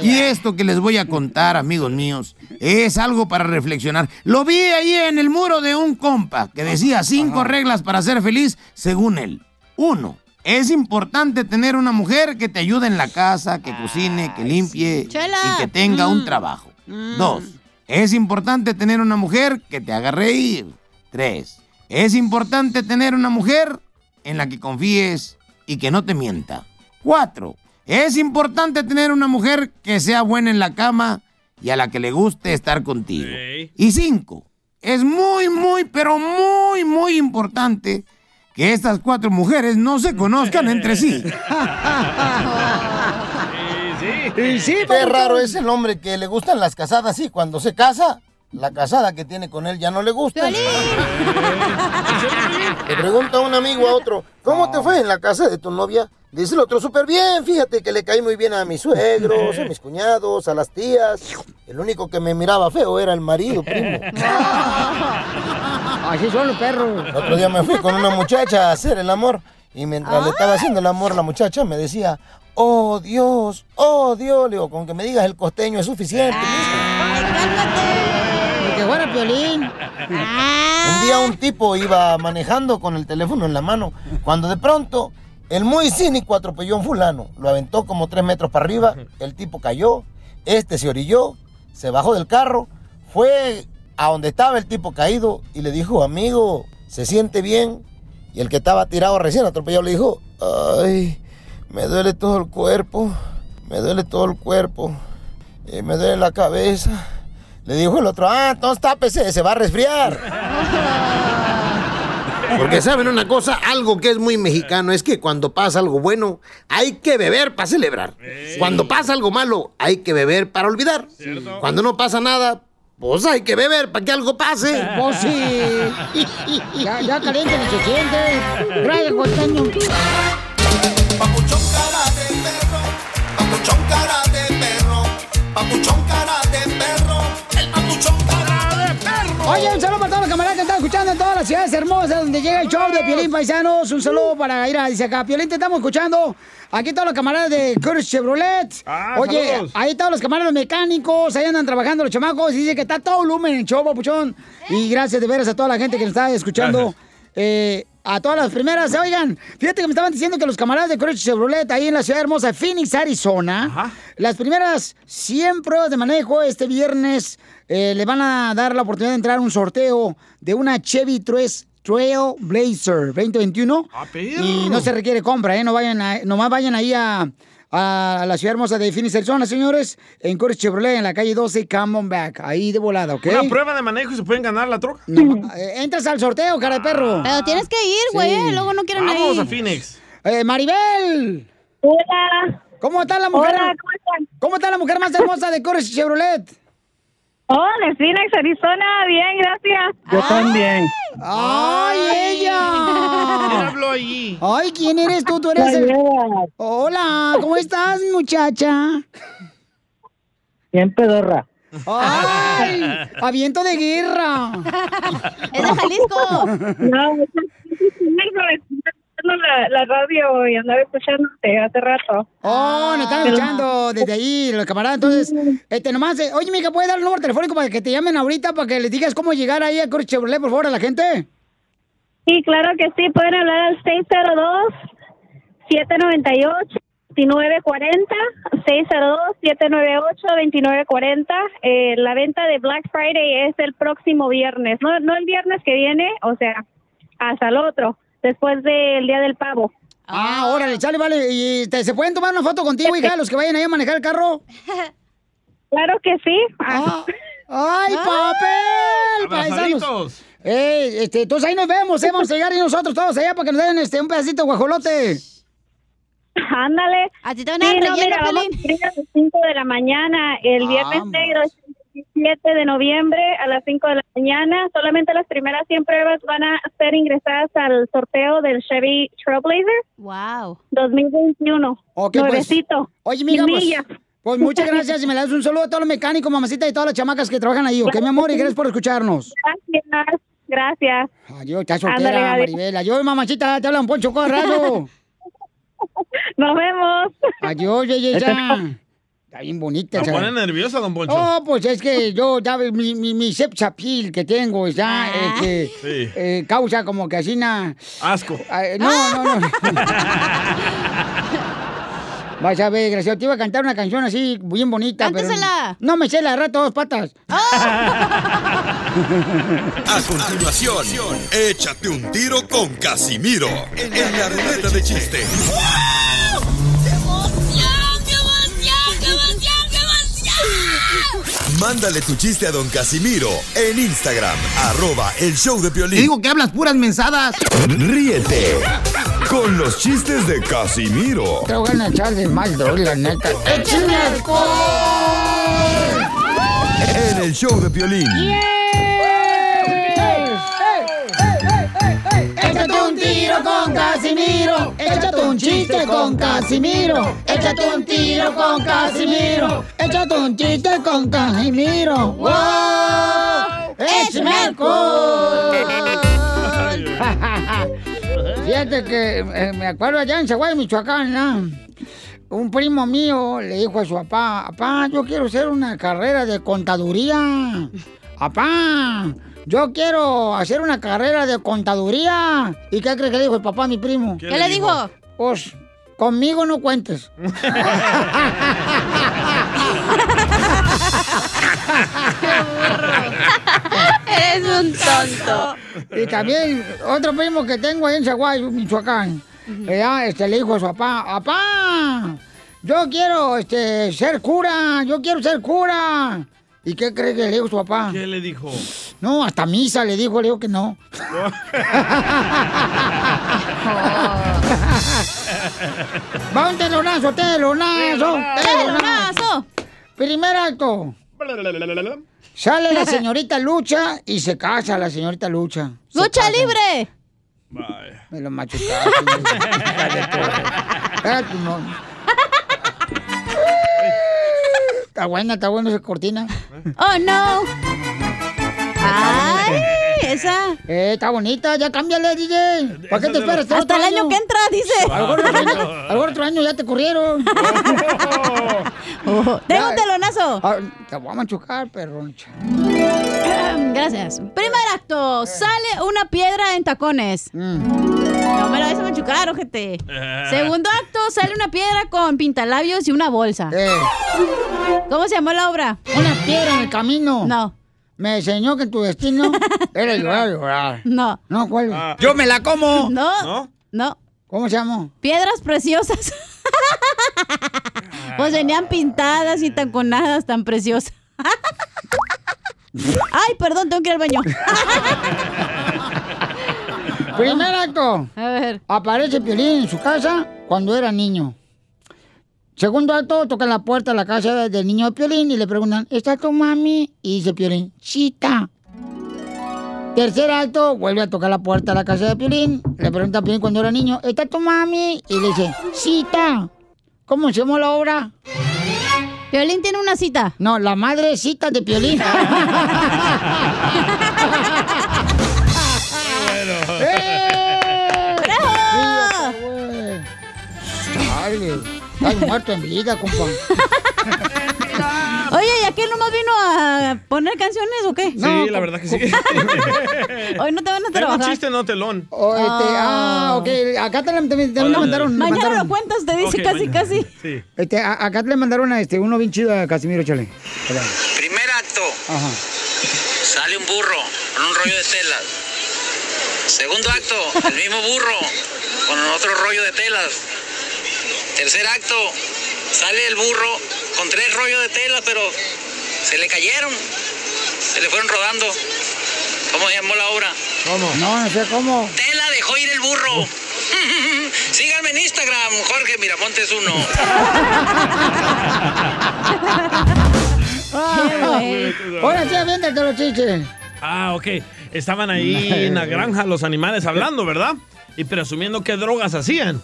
Speaker 14: Y esto que les voy a contar, amigos míos, es algo para reflexionar. Lo vi ahí en el muro de un compa que decía cinco reglas para ser feliz según él. Uno, es importante tener una mujer que te ayude en la casa, que cocine, que limpie
Speaker 2: Chela.
Speaker 14: y que tenga un
Speaker 2: Mm.
Speaker 14: trabajo. Dos, es importante tener una mujer que te haga reír. Tres, es importante tener una mujer en la que confíes y que no te mienta. Cuatro, es importante tener una mujer que sea buena en la cama y a la que le guste estar contigo. Y cinco, es muy, muy, pero muy, muy importante que estas cuatro mujeres no se conozcan entre sí.
Speaker 1: Y sí,
Speaker 15: Qué raro es el hombre que le gustan las casadas, sí. Cuando se casa, la casada que tiene con él ya no le gusta. Le pregunta un amigo a otro, ¿cómo te fue en la casa de tu novia? Dice el otro, súper bien, fíjate que le caí muy bien a mis suegros, a mis cuñados, a las tías. El único que me miraba feo era el marido, primo.
Speaker 1: Así son los perros.
Speaker 15: El otro día me fui con una muchacha a hacer el amor y mientras le
Speaker 1: Ah.
Speaker 15: estaba haciendo el amor la muchacha me decía, oh Dios, oh Dios, le digo, con que me digas el costeño es suficiente.
Speaker 1: Ah. Porque fuera Piolín.
Speaker 15: Un día un tipo iba manejando con el teléfono en la mano, cuando de pronto el muy cínico atropelló a un fulano, lo aventó como tres metros para arriba, el tipo cayó, Este se orilló, se bajó del carro, fue a donde estaba el tipo caído y le dijo, amigo, ¿se siente bien? Y el que estaba tirado recién atropellado le dijo, ay, me duele todo el cuerpo, me duele todo el cuerpo, eh, me duele la cabeza. Le dijo el otro, ah, entonces tápese, se va a resfriar.
Speaker 14: Porque
Speaker 15: saben una cosa, algo que es muy mexicano es que cuando pasa algo bueno, hay que beber para celebrar. Cuando pasa algo malo, hay que beber para olvidar. Cuando no pasa nada, pues hay que beber para que algo pase.
Speaker 1: Pues sí. Ya, ya caliente ni se siente. Gracias, costeño.
Speaker 16: Papuchón cara de perro, papuchón cara de perro, el papuchón cara de perro.
Speaker 1: Oye, un saludo para todos los camaradas que están escuchando en todas las ciudades hermosas donde llega el show de Piolín Paisanos. Un
Speaker 16: Uh.
Speaker 1: saludo para ir a dice acá. Piolín, te estamos escuchando. Aquí todos los camaradas de Curse Chevrolet.
Speaker 16: Ah,
Speaker 1: Oye,
Speaker 16: saludos.
Speaker 1: ahí están los camaradas mecánicos. Ahí andan trabajando los chamacos. Y dice que está todo volumen en el show, papuchón. Y gracias de veras a toda la gente que nos está escuchando. Eh, a todas las primeras, oigan, fíjate que me estaban diciendo que los camaradas de Courage Chevrolet ahí en la ciudad hermosa de Phoenix, Arizona, las primeras 100 pruebas de manejo este viernes eh, le van a dar la oportunidad de entrar a un sorteo de una Chevy 3 Trail Blazer 2021. Y no se requiere compra, ¿eh? No vayan a- nomás vayan ahí a, a la ciudad hermosa de Phoenix, Arizona, señores, en Courage Chevrolet, en la calle 12, Back, ahí de volada, ¿ok?
Speaker 3: Una prueba de manejo y se pueden ganar la troca.
Speaker 1: No, eh, entras al sorteo, cara de perro. Pero tienes que ir,
Speaker 3: güey, luego no quieren Vamos ir. a Phoenix.
Speaker 1: Eh, Maribel. Hola. ¿Cómo está la mujer?
Speaker 8: Hola,
Speaker 1: ¿cómo está la mujer más hermosa de Corres Chevrolet?
Speaker 8: Oh, de Phoenix, Arizona. Bien, gracias.
Speaker 25: Yo
Speaker 3: Ah,
Speaker 1: Ah.
Speaker 25: también.
Speaker 1: ¡Ay, ella!
Speaker 25: ¿Quién
Speaker 1: habló allí? Ay, ¿quién eres tú? Tú eres el... Hola, ¿cómo estás, muchacha?
Speaker 25: Bien pedorra.
Speaker 1: ¡Ay! ¡Aviento de guerra! ¡Es de Jalisco!
Speaker 8: No, escuchando la, la radio y andaba escuchándote hace rato.
Speaker 1: Oh, nos están escuchando desde ahí, los camaradas. Entonces, este, nomás, eh, oye, mija, ¿puedes dar el número telefónico para que te llamen ahorita para que les digas cómo llegar ahí a Corre Chevrolet, por favor, a la gente?
Speaker 8: Sí, claro que sí. Pueden hablar al 602 798 2940 602-798-2940. Eh, la venta de Black Friday es el próximo viernes, no, no el viernes que viene, o sea, hasta el otro, después del Día del Pavo.
Speaker 1: Ah, órale, chale, vale. ¿Y te, se pueden tomar una foto contigo, hija, los que vayan ahí a manejar el carro? Ah,
Speaker 8: Claro que sí. Ah.
Speaker 1: ¡Ay, papel! paisanos!
Speaker 16: Abracaditos.
Speaker 1: Eh, este, entonces ahí nos vemos, ¿eh? Vamos a llegar y nosotros todos allá para que nos den este, un pedacito de guajolote.
Speaker 8: Ándale.
Speaker 2: A ti te
Speaker 8: Sí,
Speaker 2: van a dar
Speaker 8: no,
Speaker 2: relleno,
Speaker 8: mira, vamos
Speaker 2: Pelín.
Speaker 8: a ir a las 5 de la mañana, el viernes
Speaker 2: Vamos.
Speaker 8: negro, 7 de noviembre a las 5 de la mañana. Solamente las primeras 100 pruebas van a ser ingresadas al sorteo del Chevy Trailblazer.
Speaker 2: Wow.
Speaker 8: 2021.
Speaker 1: Ok, pues.
Speaker 8: Nuevecito.
Speaker 1: Oye, mija,
Speaker 8: Sin
Speaker 1: pues,
Speaker 8: millas.
Speaker 1: pues muchas gracias y me le das un saludo a todos los mecánicos, mamacita y todas las chamacas que trabajan ahí, ¿ok, mi amor? Y gracias por escucharnos.
Speaker 8: Gracias. Gracias.
Speaker 1: Adiós, está soltera,
Speaker 8: Ándale, adiós.
Speaker 1: Maribel. Adiós, mamacita, te habla un poncho corrado.
Speaker 8: Nos vemos.
Speaker 1: Adiós, Yeye, ya. Está bien bonita.
Speaker 3: Se
Speaker 1: esa-
Speaker 3: pone nerviosa, don Este Poncho.
Speaker 1: No, pues es que yo ya ves, mi, mi, mi sex appeal que tengo ya este,
Speaker 3: Ah. Sí.
Speaker 1: eh, causa como que así na-
Speaker 3: Asco.
Speaker 1: eh, no, no, no. Vas a ver, desgraciado, te iba a cantar una canción así bien bonita. pero-
Speaker 2: Cántesela.
Speaker 1: no me sé la rata dos patas.
Speaker 6: A continuación, échate un tiro con Casimiro en la ruleta de chiste. Mándale tu chiste a don Casimiro en Instagram, arroba el show de Piolín.
Speaker 14: digo que hablas puras mensadas.
Speaker 6: Ríete con los chistes de Casimiro
Speaker 1: Te voy a echar de mal, doy, la neta. ¡Échame
Speaker 6: en el show de Piolín.
Speaker 1: Échate un tiro con Casimiro, échate un chiste con Casimiro, échate un tiro con Casimiro, échate un chiste con Casimiro. ¡Wow! ¡Échame alcohol! Fíjate que eh, me acuerdo allá en Chihuahua, Michoacán, ¿no? un primo mío le dijo a su papá, papá, yo quiero hacer una carrera de contaduría. Papá, yo quiero hacer una carrera de contaduría. ¿Y qué crees que le dijo el papá a mi primo?
Speaker 2: ¿Qué ¿Qué le le dijo? dijo?
Speaker 1: Pues, conmigo no cuentes. santo. Y también otro primo que tengo ahí en Zaguay, Michoacán. ¿verdad? este, le dijo a su papá, papá, yo quiero este, ser cura, yo quiero ser cura. ¿Y qué cree que le dijo su papá?
Speaker 3: ¿Qué le dijo?
Speaker 1: No, hasta misa le dijo, le dijo que no. Va un telonazo, telonazo, telonazo. Primer acto. Sale la señorita Lucha y se casa la señorita Lucha. Se
Speaker 2: ¡Lucha
Speaker 1: casa.
Speaker 2: libre!
Speaker 1: Me lo machucaste. hija de tu- Ah, tu no. Está buena, está buena esa cortina.
Speaker 2: ¡Oh, no! ¡Ay! Esa.
Speaker 1: Eh, está bonita, ya cámbiale, DJ. ¿Para qué te
Speaker 2: Esa es de
Speaker 1: esperas?
Speaker 2: los- Hasta el año que entra, dice.
Speaker 1: A lo mejor otro año, a lo mejor otro año ya te corrieron.
Speaker 2: Oh, Tengo un telonazo.
Speaker 1: Ah, te voy a machucar, perroncha.
Speaker 2: Gracias. Primer acto. Sale una piedra en tacones.
Speaker 1: Mm.
Speaker 2: No me la vais a machucar, ojete. Segundo acto. Sale una piedra con pintalabios y una bolsa. ¿Cómo se llamó la obra?
Speaker 1: Eh. Una piedra en el camino.
Speaker 2: No.
Speaker 1: Me enseñó que tu destino era llorar, llorar.
Speaker 2: No.
Speaker 1: No, ¿cuál? Yo me la como.
Speaker 2: No. Ah. No. No.
Speaker 1: ¿Cómo se llamó?
Speaker 2: Piedras preciosas. pues venían pintadas y taconadas tan preciosas. Ay, perdón, tengo que ir al baño.
Speaker 1: Ah. Primer acto. A ver. Aparece Piolín en su casa cuando era niño. Segundo acto, tocan la puerta de la casa del niño de Piolín y le preguntan, ¿está tu mami? Y dice Piolín, chita. Tercer acto, vuelve a tocar la puerta de la casa de Piolín. Le pregunta a Piolín cuando era niño, ¿está tu mami? Y le dice, cita. ¿Cómo se llama la obra?
Speaker 2: ¿Piolín tiene una cita?
Speaker 1: No, la madre cita de Piolín. ¡Eh! Fíjate, güey. Chale, estás muerto en vida, compa.
Speaker 2: Oye, ¿y aquel nomás vino a poner canciones o qué?
Speaker 3: Sí, la verdad que sí.
Speaker 2: Hoy no te van a
Speaker 3: Tengo un
Speaker 2: trabajar.
Speaker 3: chiste, no telón.
Speaker 1: O este, ah, ok. Acá te, la- te- te
Speaker 3: Órale.
Speaker 1: mandaron. te
Speaker 3: Mañana
Speaker 1: mandaron.
Speaker 3: lo cuentas, te dice Ok, casi, mañana. casi. Sí.
Speaker 1: Este, a- acá te le mandaron a este, uno bien chido a Casimiro, chale. Espera.
Speaker 5: Primer acto,
Speaker 1: Ajá.
Speaker 5: sale un burro con un rollo de telas. Segundo acto, el mismo burro con otro rollo de telas. Tercer acto, sale el burro con tres rollos de telas, pero se le cayeron, se le fueron rodando. ¿Cómo se llamó la obra?
Speaker 1: ¿Cómo? No, no sé cómo.
Speaker 5: Tela dejó ir el burro. Síganme en Instagram, Jorge Miramontes 1.
Speaker 1: Ahora sí, aviéntate los chiches.
Speaker 3: Ah, ok. Estaban ahí en la granja los animales hablando, ¿verdad? Y presumiendo qué drogas hacían,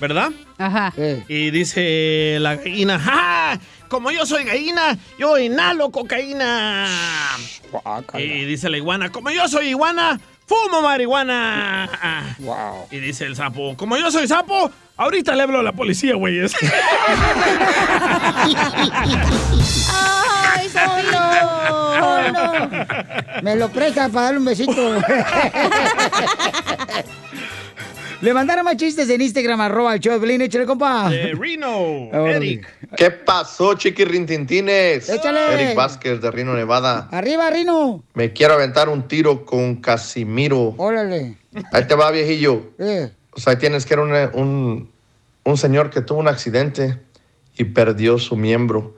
Speaker 3: ¿verdad?
Speaker 2: Ajá.
Speaker 3: Y dice la gallina, ¡Ja! ja! Como yo soy gallina, yo inhalo cocaína. Y dice la iguana, como yo soy iguana, fumo marihuana. Y dice el sapo, como yo soy sapo, ahorita le hablo a la policía, güeyes.
Speaker 2: ¡Ay,
Speaker 1: solo! Me lo presta para darle un besito. Le mandaron más chistes en Instagram, arroba el show de Piolín. Échale, compa.
Speaker 3: De Reno,
Speaker 1: Órale.
Speaker 3: Eric.
Speaker 13: ¿Qué pasó, chiquirrintintines?
Speaker 1: Échale.
Speaker 13: Eric Vázquez de Rino, Nevada.
Speaker 1: Arriba, Rino.
Speaker 13: Me quiero aventar un tiro con Casimiro.
Speaker 1: Órale.
Speaker 13: Ahí te va, viejillo.
Speaker 1: Eh.
Speaker 13: O sea, ahí tienes que era un, un, un señor que tuvo un accidente y perdió su miembro.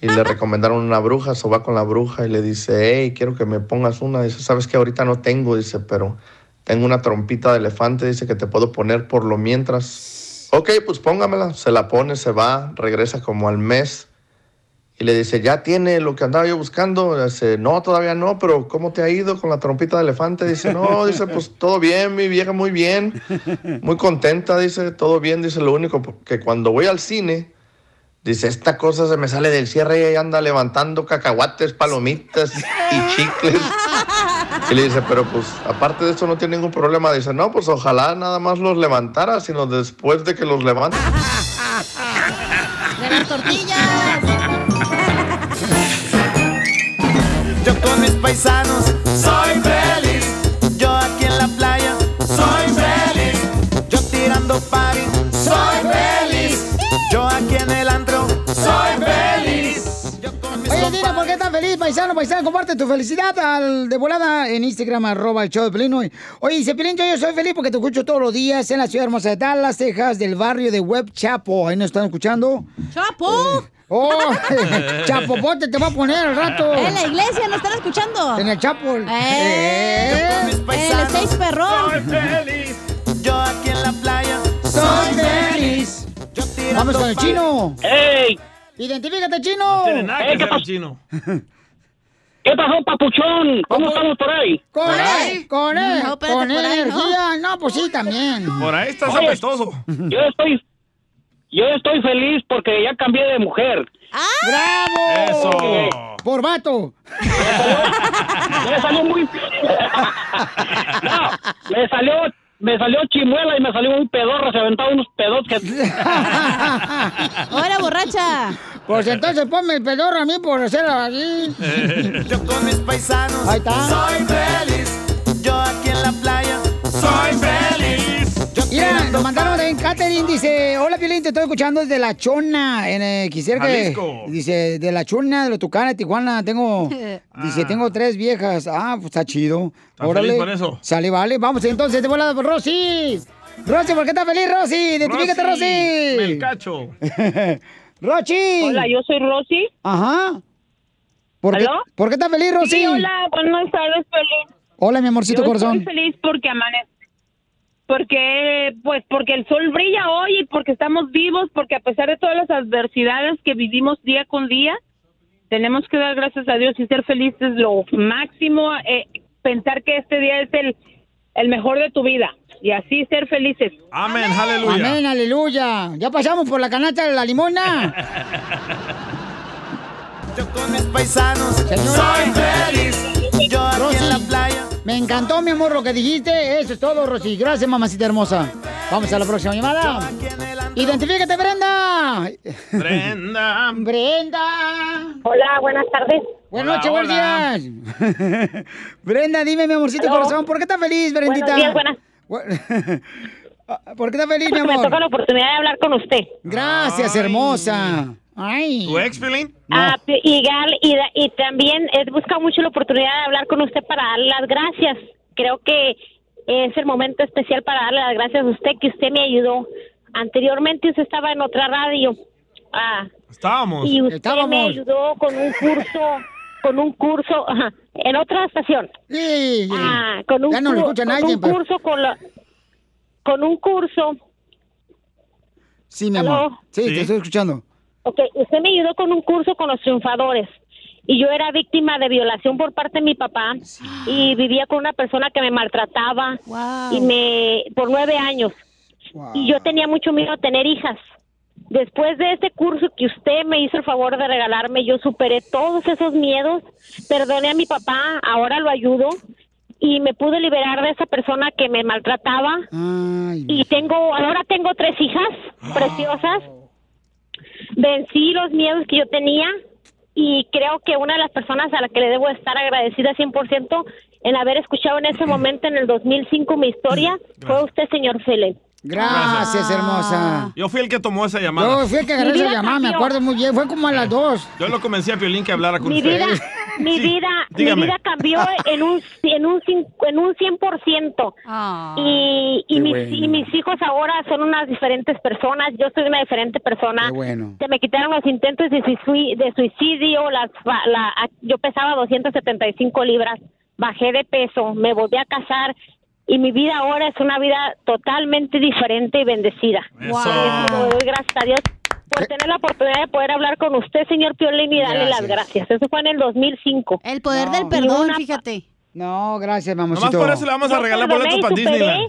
Speaker 13: Y le recomendaron una bruja, se va con la bruja y le dice, hey, quiero que me pongas una. Dice, sabes que ahorita no tengo, dice, pero tengo una trompita de elefante, dice que te puedo poner por lo mientras. Ok, pues póngamela. Se la pone, se va, regresa como al mes. Y le dice, ¿ya tiene lo que andaba yo buscando? Dice, no, todavía no, pero ¿cómo te ha ido con la trompita de elefante? Dice, no, dice, pues todo bien, mi vieja, muy bien, muy contenta, dice, todo bien, dice, lo único que cuando voy al cine, dice, esta cosa se me sale del cierre y anda levantando cacahuates, palomitas y chicles. Y le dice, pero pues aparte de esto no tiene ningún problema. Dice, no, pues ojalá nada más los levantara, sino después de que los levante.
Speaker 2: ¡De las tortillas!
Speaker 9: Yo con mis paisanos soy feliz. Yo aquí en la playa soy feliz. Yo tirando party soy feliz. Yo aquí en el antro soy feliz.
Speaker 1: Oye, dile, Pero ¿por qué tan feliz, paisano, paisano? Comparte tu felicidad al de volada en Instagram, arroba el show de Pelín. Oye, dice Pelín, yo, yo soy feliz porque te escucho todos los días en la ciudad hermosa de Dallas, Texas, del barrio de Web Chapo. Ahí nos están escuchando.
Speaker 2: ¡Chapo!
Speaker 1: ¡Oh! ¡Chapopote te va a poner al rato!
Speaker 2: En la iglesia, nos están escuchando.
Speaker 1: En el Chapo.
Speaker 2: ¡Eh! En el Seis Perrón.
Speaker 9: feliz. Yo aquí en la playa soy feliz.
Speaker 1: ¡Vamos con el chino!
Speaker 9: ¡Ey!
Speaker 1: ¡Identifícate, chino!
Speaker 9: tiene nada que Ey, ¿qué hacer el pas-
Speaker 3: chino.
Speaker 9: ¿Qué pasó, papuchón? ¿Cómo estamos por ahí?
Speaker 1: ¡Con
Speaker 9: ¿Por
Speaker 1: él!
Speaker 9: ahí?
Speaker 1: ¡Con él!
Speaker 9: No, espérate,
Speaker 1: ¡Con
Speaker 9: por ahí, ¿no?
Speaker 1: energía! No, pues sí, también.
Speaker 9: Por ahí
Speaker 1: estás
Speaker 9: apestoso. Yo estoy, yo estoy feliz porque ya cambié de mujer.
Speaker 1: ¡Bravo!
Speaker 9: Eso.
Speaker 1: ¡Por vato!
Speaker 9: Me salió muy... No, me salió... Me salió chimuela y me salió un pedorro, se aventaba unos pedos que...
Speaker 1: ¡Ahora borracha! Pues entonces ponme el pedorro a mí por hacer así.
Speaker 9: Yo con mis paisanos
Speaker 1: Ahí está.
Speaker 9: soy feliz. Yo aquí en la playa soy feliz.
Speaker 1: Mira, nos mandaron de Catherine, dice, hola Piolín, te estoy escuchando desde La Chona, en eh, quisiera que-
Speaker 3: Jalisco.
Speaker 1: Dice, de La Chona, de los Tucanes, Tijuana, tengo, dice, tengo tres viejas. Ah, pues está chido.
Speaker 3: Ah. ¿Estás feliz por eso?
Speaker 1: Sale, vale, vamos entonces, de volada, Rosy. Rosy, ¿por qué estás feliz, Rosy? Identifícate, Rosy.
Speaker 3: El cacho.
Speaker 1: Rochi.
Speaker 10: Hola, yo soy Rosy.
Speaker 1: Ajá. ¿Por qué,
Speaker 10: ¿Aló?
Speaker 1: ¿Por qué estás feliz, Rosy?
Speaker 10: Sí, hola, buenas tardes, feliz.
Speaker 1: Hola, mi amorcito
Speaker 10: Yo
Speaker 1: corazón.
Speaker 10: Estoy feliz porque amanece. Porque, pues, porque el sol brilla hoy y porque estamos vivos, porque a pesar de todas las adversidades que vivimos día con día, tenemos que dar gracias a Dios y ser felices lo máximo. eh, pensar que este día es el, el mejor de tu vida y así ser felices.
Speaker 3: Amén, aleluya.
Speaker 1: Amén, aleluya. Ya pasamos por la canasta de la limona.
Speaker 9: Mis paisanos soy feliz. Yo aquí en la playa
Speaker 1: Me encantó, mi amor, lo que dijiste. Eso es todo, Rosy. Gracias, mamacita hermosa. Vamos a la próxima llamada. Identifícate, Brenda.
Speaker 3: Brenda.
Speaker 1: Brenda.
Speaker 18: Hola, buenas tardes.
Speaker 1: Buenas noches, buenos
Speaker 18: hola.
Speaker 1: días. Brenda, dime, mi amorcito
Speaker 18: Aló.
Speaker 1: corazón, ¿por qué estás feliz, Brendita?
Speaker 18: Buenos días, buenas.
Speaker 1: Bu- ¿Por qué estás feliz, mi
Speaker 18: Porque me
Speaker 1: amor?
Speaker 18: toca la oportunidad de hablar con usted.
Speaker 1: Gracias, hermosa. Ay.
Speaker 3: ¿Tu ex, Pilín?
Speaker 18: Ah, pe- y, Gal, y, da- y también he buscado mucho la oportunidad de hablar con usted para darle las gracias. Creo que es el momento especial para darle las gracias a usted que usted me ayudó. Anteriormente usted estaba en otra radio. Ah,
Speaker 3: Estábamos.
Speaker 18: y usted me ayudó con un curso, con un curso ajá, en otra estación. Ah, con un,
Speaker 1: Ya no lo
Speaker 18: cur-
Speaker 1: escucha
Speaker 18: con
Speaker 1: nadie,
Speaker 18: un
Speaker 1: pero-
Speaker 18: curso con la- con un curso
Speaker 1: Sí, mi amor.
Speaker 18: Aló.
Speaker 1: Sí, te estoy escuchando.
Speaker 18: Ok, usted me ayudó con un curso con los triunfadores y yo era víctima de violación por parte de mi papá y vivía con una persona que me maltrataba y me por nueve años y yo tenía mucho miedo a tener hijas. Después de este curso que usted me hizo el favor de regalarme, yo superé todos esos miedos, perdoné a mi papá, ahora lo ayudo y me pude liberar de esa persona que me maltrataba y tengo ahora tengo tres
Speaker 1: Ah.
Speaker 18: hijas preciosas vencí los miedos que yo tenía y creo que una de las personas a la que le debo estar agradecida 100% en haber escuchado en ese momento en el 2005 mi historia fue usted señor Félix
Speaker 1: Gracias, hermosa.
Speaker 3: Yo fui el que tomó esa llamada. Eh,
Speaker 1: Yo fui el que
Speaker 18: Ah.
Speaker 1: agarré
Speaker 18: Mi
Speaker 1: esa
Speaker 18: vida
Speaker 1: llamada, me
Speaker 18: cambió.
Speaker 1: acuerdo muy bien. Fue como a las dos.
Speaker 3: Yo lo convencí a Piolín que hablara con
Speaker 18: mi
Speaker 3: usted.
Speaker 18: vida mi vida mi
Speaker 3: dígame.
Speaker 18: vida cambió en un en un cin- en un 100% y y
Speaker 10: Qué
Speaker 18: mis,
Speaker 10: bueno.
Speaker 18: y mis hijos ahora son unas diferentes personas yo soy una diferente persona
Speaker 10: bueno.
Speaker 18: se me quitaron los intentos de, suicui- de suicidio, las, fa- la, a- yo pesaba 275 libras, bajé de peso, me volví a casar y mi vida ahora es una vida totalmente diferente y bendecida.
Speaker 10: Eso.
Speaker 18: Te doy gracias a Dios por tener la oportunidad de poder hablar con usted, señor Piolín, y darle las gracias. Eso fue en el 2005. El poder del
Speaker 2: perdón,
Speaker 18: fíjate.
Speaker 1: No, gracias, mamacito.
Speaker 18: Nomás por eso le vamos a Yo regalar perdoné boletos y para superé.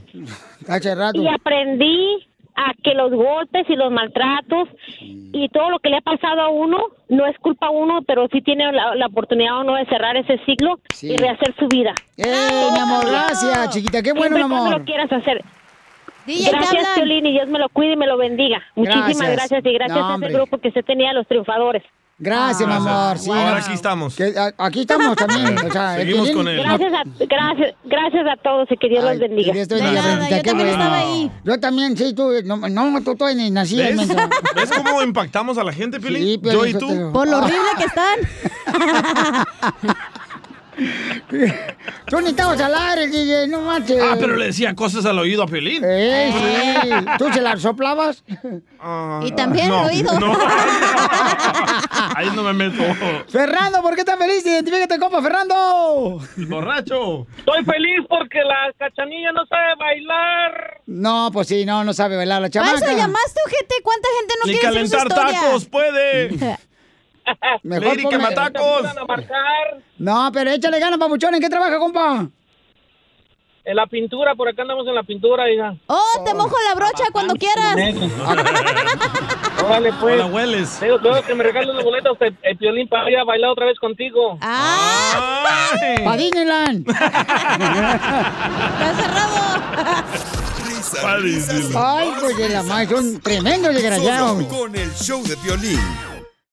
Speaker 1: Hace rato.
Speaker 18: Y aprendí a que los golpes y los maltratos y todo lo que le ha pasado a uno no es culpa a uno, pero sí tiene la, la oportunidad uno de cerrar ese ciclo
Speaker 1: Sí.
Speaker 18: y rehacer su vida.
Speaker 1: ¡Eh, mi amor! Gracias, chiquita. Qué bueno, mi
Speaker 18: Siempre y cuando
Speaker 1: amor.
Speaker 18: lo quieras hacer.
Speaker 1: DJ, te
Speaker 18: gracias,
Speaker 1: hablan.
Speaker 18: Piolín, y Dios me lo cuide y me lo bendiga. Muchísimas
Speaker 1: Gracias.
Speaker 18: gracias, y gracias
Speaker 1: No,
Speaker 18: a
Speaker 1: hombre.
Speaker 18: ese grupo que usted tenía, los triunfadores.
Speaker 1: Gracias, mi amor. Sí,
Speaker 3: Ahora
Speaker 1: no,
Speaker 3: aquí estamos.
Speaker 1: Que, a- aquí estamos también. O sea, el
Speaker 3: Seguimos
Speaker 1: Piolín-
Speaker 3: con él.
Speaker 18: Gracias a, gracias, gracias a todos y que Dios los bendiga.
Speaker 1: Dios te bendiga, Bernita, qué bueno. Yo también, sí, tú. No, no, tú todavía ni nací.
Speaker 3: ¿Ves?
Speaker 1: menso.
Speaker 3: ¿Ves cómo impactamos a la gente, Pili?
Speaker 1: Sí, Piolín
Speaker 3: Yo y
Speaker 1: Sotelo.
Speaker 3: tú. Ah.
Speaker 1: Por lo horrible
Speaker 2: que están.
Speaker 1: Tú ni estabas al aire, DJ, no manches.
Speaker 3: Ah, pero le decía cosas al oído a Piolín. Ah.
Speaker 1: Eh, sí. ¿Tú se las soplabas?
Speaker 3: Y también no, al oído. no. Ahí no me meto.
Speaker 1: Fernando, ¿por qué estás feliz? Identifícate, compa, Fernando.
Speaker 3: El borracho.
Speaker 22: Estoy feliz porque la cachanilla no sabe bailar.
Speaker 1: No, pues sí, no, no sabe bailar la
Speaker 2: ¿Para
Speaker 1: chamaca.
Speaker 2: eso llamaste, ojete? ¿Cuánta gente no
Speaker 1: Ni
Speaker 2: quiere hacer su
Speaker 1: calentar
Speaker 2: historia?
Speaker 1: tacos,
Speaker 3: puede.
Speaker 1: Mejor Lady ponme- Camatacos. No, pero échale ganas, papuchón. ¿En qué trabaja, compa?
Speaker 22: En la pintura, por acá andamos en la pintura, hija.
Speaker 2: Oh, te mojo la brocha cuando quieras.
Speaker 22: Órale, pues.
Speaker 3: Ahora hueles.
Speaker 22: Tengo, tengo que me regalen los boletos el, el violín para ir a bailar otra vez contigo.
Speaker 3: Ah.
Speaker 1: Pa' Disneyland.
Speaker 6: Risas, risas,
Speaker 1: Ay, pues de la madre, son tremendos desgraciados.
Speaker 6: Solo con el show de violín.